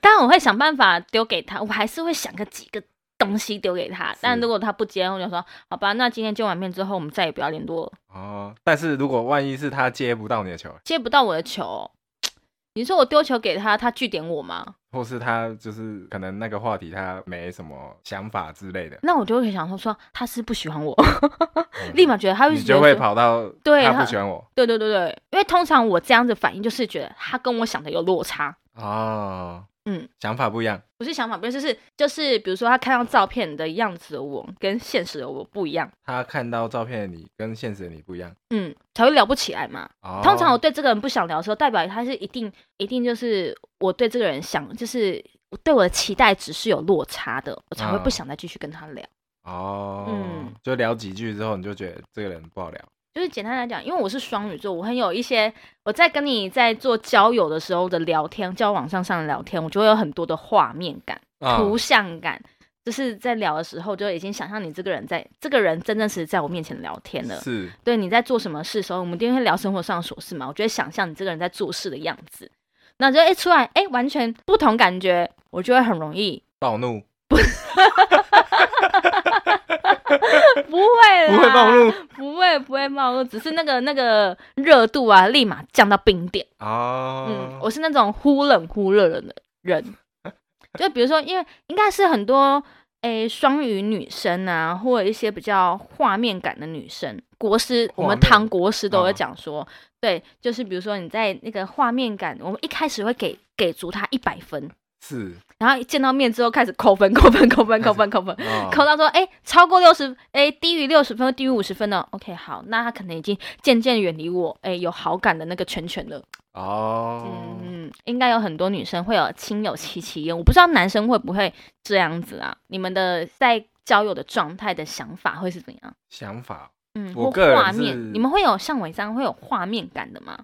Speaker 1: 当然我会想办法丢给他，我还是会想个几个东西丢给他
Speaker 2: 是。
Speaker 1: 但如果他不接，我就说好吧，那今天见完面之后，我们再也不要联络了。
Speaker 2: 哦，但是如果万一是他接不到你的球，
Speaker 1: 接不到我的 球，你说我丢球给他，他据点我吗？
Speaker 2: 或是他就是可能那个话题他没什么想法之 类的，
Speaker 1: 那我就会想说说他是不喜欢我，
Speaker 2: 嗯
Speaker 1: 立马觉得他会
Speaker 2: 你
Speaker 1: 觉
Speaker 2: 就
Speaker 1: 得
Speaker 2: 会
Speaker 1: 说。
Speaker 2: 跑到
Speaker 1: 对
Speaker 2: 他不
Speaker 1: 他
Speaker 2: 喜欢我
Speaker 1: 对对对对，因为通常我这样子反应就是觉得他跟我想的有落差，
Speaker 2: 哦，
Speaker 1: 嗯，
Speaker 2: 想法不一样，
Speaker 1: 不是想法，不是就是就是，比如说他看到照片的样子的我跟现实的我不一样，
Speaker 2: 他看到照片的你跟现实的你不一样。
Speaker 1: 嗯，才会聊不起来嘛。
Speaker 2: 哦，
Speaker 1: 通常我对这个人不想聊的时候，代表他是一定一定就是我对这个人想，就是我对我的期待值是有落差的，我才会不
Speaker 2: 嗯
Speaker 1: 想再继续跟他聊。
Speaker 2: 哦，
Speaker 1: 嗯
Speaker 2: 就聊几句之后，你就觉得这个人不好聊。
Speaker 1: 就是简单来讲，因为我是双鱼座，我很有一些我在跟你在做交友的时候的聊天，交往上上的聊天，我就会有很多的画面感、
Speaker 2: 啊
Speaker 1: 图像感。就是在聊的时候，就已经想象你这个人在这个人真真实实在我面前聊天了。
Speaker 2: 是
Speaker 1: 对你在做什么事的时候，我们今天会聊生活上的琐事嘛，我就会想象你这个人在做事的样子，那就哎、诶出来哎、诶完全不同感觉，我就会很容 易
Speaker 2: 暴怒，
Speaker 1: 不会啦，
Speaker 2: 不会暴怒
Speaker 1: 不会不会暴怒，只是那个那个热度啊，立马降到冰点。嗯，
Speaker 2: 哦。
Speaker 1: 我是那种忽冷忽热的 人，就比如说，因为应该是很多诶双鱼女生啊，或者一些比较画面感的女生，国师我
Speaker 2: 画
Speaker 1: 们
Speaker 2: 面
Speaker 1: 唐国师都
Speaker 2: 啊
Speaker 1: 会讲说，对，就是比如说你在那个画面感，我们一开始会给给足他一百分，
Speaker 2: 是
Speaker 1: 然后一见到面之后开始扣分，扣分，扣分，扣分，扣分。
Speaker 2: 哦
Speaker 1: 扣到说，哎、超过六十，哎，低于六十分，低于五十分呢？OK，好，那他可能已经渐渐远离我，哎、有好感的那个圈圈了。
Speaker 2: 哦，
Speaker 1: 嗯，应该有很多女生会有亲友戚戚焉，我不知道男生会不会这样子啊？你们的在交友的状态的想法会是怎样？
Speaker 2: 想法
Speaker 1: 嗯，
Speaker 2: 我
Speaker 1: 或
Speaker 2: 个人
Speaker 1: 画
Speaker 2: 是
Speaker 1: 面，你们会有像我这样会有画面感的吗？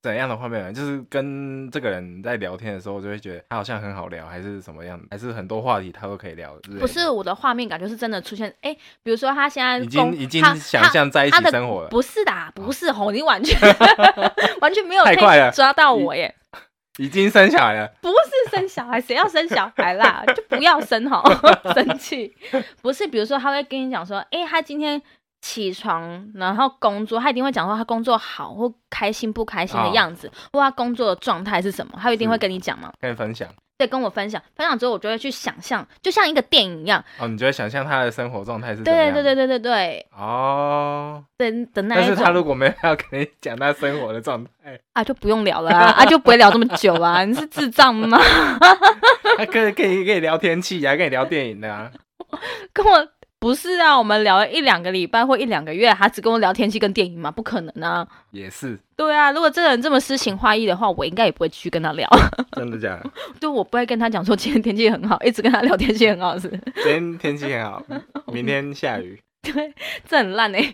Speaker 2: 怎样的画面感？啊就是跟这个人在聊天的时候，我就会觉得他好像很好聊，还是什么样，还是很多话题他都可以聊之类的。
Speaker 1: 不是我的画面感，就是真的出现，哎、比如说他现在
Speaker 2: 已经
Speaker 1: 公
Speaker 2: 已经
Speaker 1: 他
Speaker 2: 想
Speaker 1: 他
Speaker 2: 象在一起
Speaker 1: 他的
Speaker 2: 生活了，
Speaker 1: 不是的啊，不是吼，你完全 完全没有
Speaker 2: 太
Speaker 1: 可以
Speaker 2: 快了
Speaker 1: 抓到我耶！
Speaker 2: 已经生小孩了。
Speaker 1: 不是生小孩，谁要生小孩 啦？就不要生哈，生气。不是，比如说他会跟你讲说，诶，他今天起床，然后工作，他一定会讲说他工作好或开心不开心的
Speaker 2: 哦嗯
Speaker 1: 样子，或他工作的状态是什么，他一定
Speaker 2: 是
Speaker 1: 会跟你讲嘛。
Speaker 2: 跟你分享
Speaker 1: 对，跟我分享，分享之后我就会去想象，就像一个电影一样，
Speaker 2: 哦，你就会想象他的生活状态是怎么
Speaker 1: 对
Speaker 2: 样
Speaker 1: 对对对对对
Speaker 2: 哦。
Speaker 1: 对的那
Speaker 2: 但
Speaker 1: 一
Speaker 2: 是
Speaker 1: 种。
Speaker 2: 他如果没有要跟你讲他生活的状 态，
Speaker 1: 啊，就不用聊了啊，啊就不会聊这么久啊， 你是智障 吗？
Speaker 2: 他可以可以可以聊天气啊，跟你聊电影的啊，
Speaker 1: 跟我不是啊，我们聊了一两个礼拜或一两个月，他只跟我聊天气跟电影吗？不可能啊！
Speaker 2: 也是
Speaker 1: 对啊，如果这个人这么诗情画意的话，我应该也不会去跟他 聊。
Speaker 2: 真的假的？
Speaker 1: 对，我不会跟他讲说今天天气很好，一直跟他聊天气很好是不 是，
Speaker 2: 今天天气很好，明天下雨。
Speaker 1: 这很烂 哎、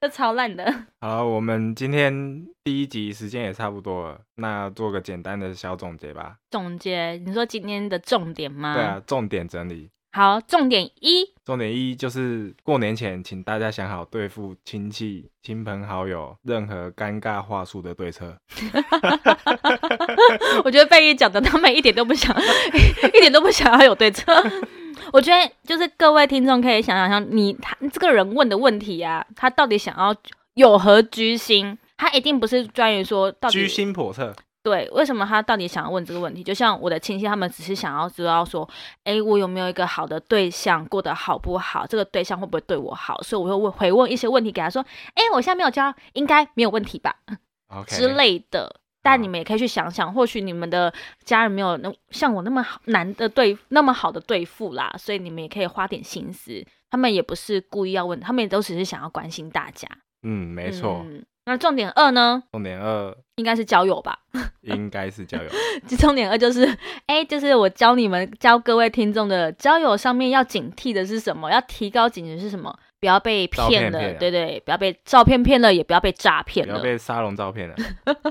Speaker 1: 这超烂的。
Speaker 2: 好，我们今天第一集时间也差不多了，那做个简单的小总结吧。
Speaker 1: 总结，你说今天的重点吗？
Speaker 2: 对啊，重点整理。
Speaker 1: 好，重点一，
Speaker 2: 重点一就是过年前，请大家想好对付亲戚、亲朋好友任何尴尬话术的对策。
Speaker 1: 我觉得贝爷讲的，他们一点都不想， 一点都不想要有对策。 我觉得就是各位听众可以想想想，你他这个人问的问题啊，他到底想要有何居心？他一定不是专于说到底
Speaker 2: 居心叵测，
Speaker 1: 对，为什么他到底想要问这个问题？就像我的亲戚，他们只是想要知道说，诶，我有没有一个好的对象，过得好不好？这个对象会不会对我好？所以我会问回问一些问题给他说，诶，我现在没有交，应该没有问题吧
Speaker 2: OK 嗯
Speaker 1: 之类的。但
Speaker 2: 好
Speaker 1: 你们也可以去想想，或许你们的家人没有那像我那么好难的对那么好的对付啦，所以你们也可以花点心思。他们也不是故意要问，他们也都只是想要关心大家。
Speaker 2: 嗯，没错。
Speaker 1: 嗯那重点二呢，
Speaker 2: 重点二
Speaker 1: 应该是交友吧。
Speaker 2: 应该是交友，
Speaker 1: 重点二就是，哎、就是我教你们教各位听众的交友上面要警惕的是什么？要提高警觉是什么？不要被
Speaker 2: 照
Speaker 1: 骗
Speaker 2: 片
Speaker 1: 了，
Speaker 2: 骗了啊
Speaker 1: 对对，不要被照片骗了，也不要被诈骗
Speaker 2: 不要
Speaker 1: 了。
Speaker 2: 被沙龙照片了。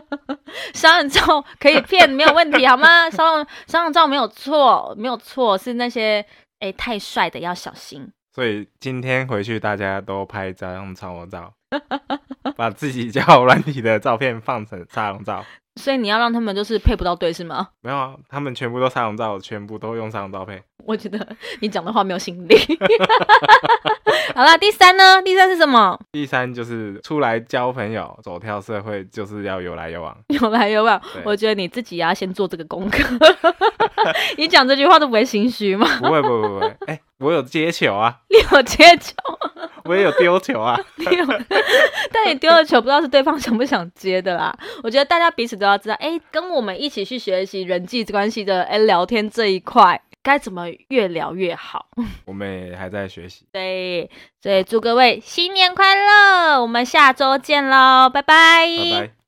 Speaker 1: 商人照可以骗，没有问题，好吗？商人商人照没有错，没有错，是那些哎、太帅的要小心。
Speaker 2: 所以今天回去大家都拍张沙 龙照，把自己交友软体的照片放成沙龙照。
Speaker 1: 所以你要让他们就是配不到对是吗？
Speaker 2: 没有啊，他们全部都沙龙照，全部都用沙龙照片。
Speaker 1: 我觉得你讲的话没有心力。 好啦，第三呢？第三是什么？
Speaker 2: 第三就是出来交朋友，走跳社会就是要有来有往。
Speaker 1: 有来有往，
Speaker 2: 对
Speaker 1: 我觉得你自己也要先做这个功课。 你讲这句话都不会心虚吗？
Speaker 2: 不会不会不会，哎、我有接球啊，
Speaker 1: 你有接球，
Speaker 2: 我也有丢球啊。
Speaker 1: 你有， 但你丢了球，不知道是对方想不想接的啦。我觉得大家彼此都要知道，哎、跟我们一起去学习人际关系的，哎、聊天这一块该怎么越聊越好。
Speaker 2: 我们也还在学习，
Speaker 1: 对，所以祝各位新年快乐，我们下周见喽，拜拜
Speaker 2: 拜拜。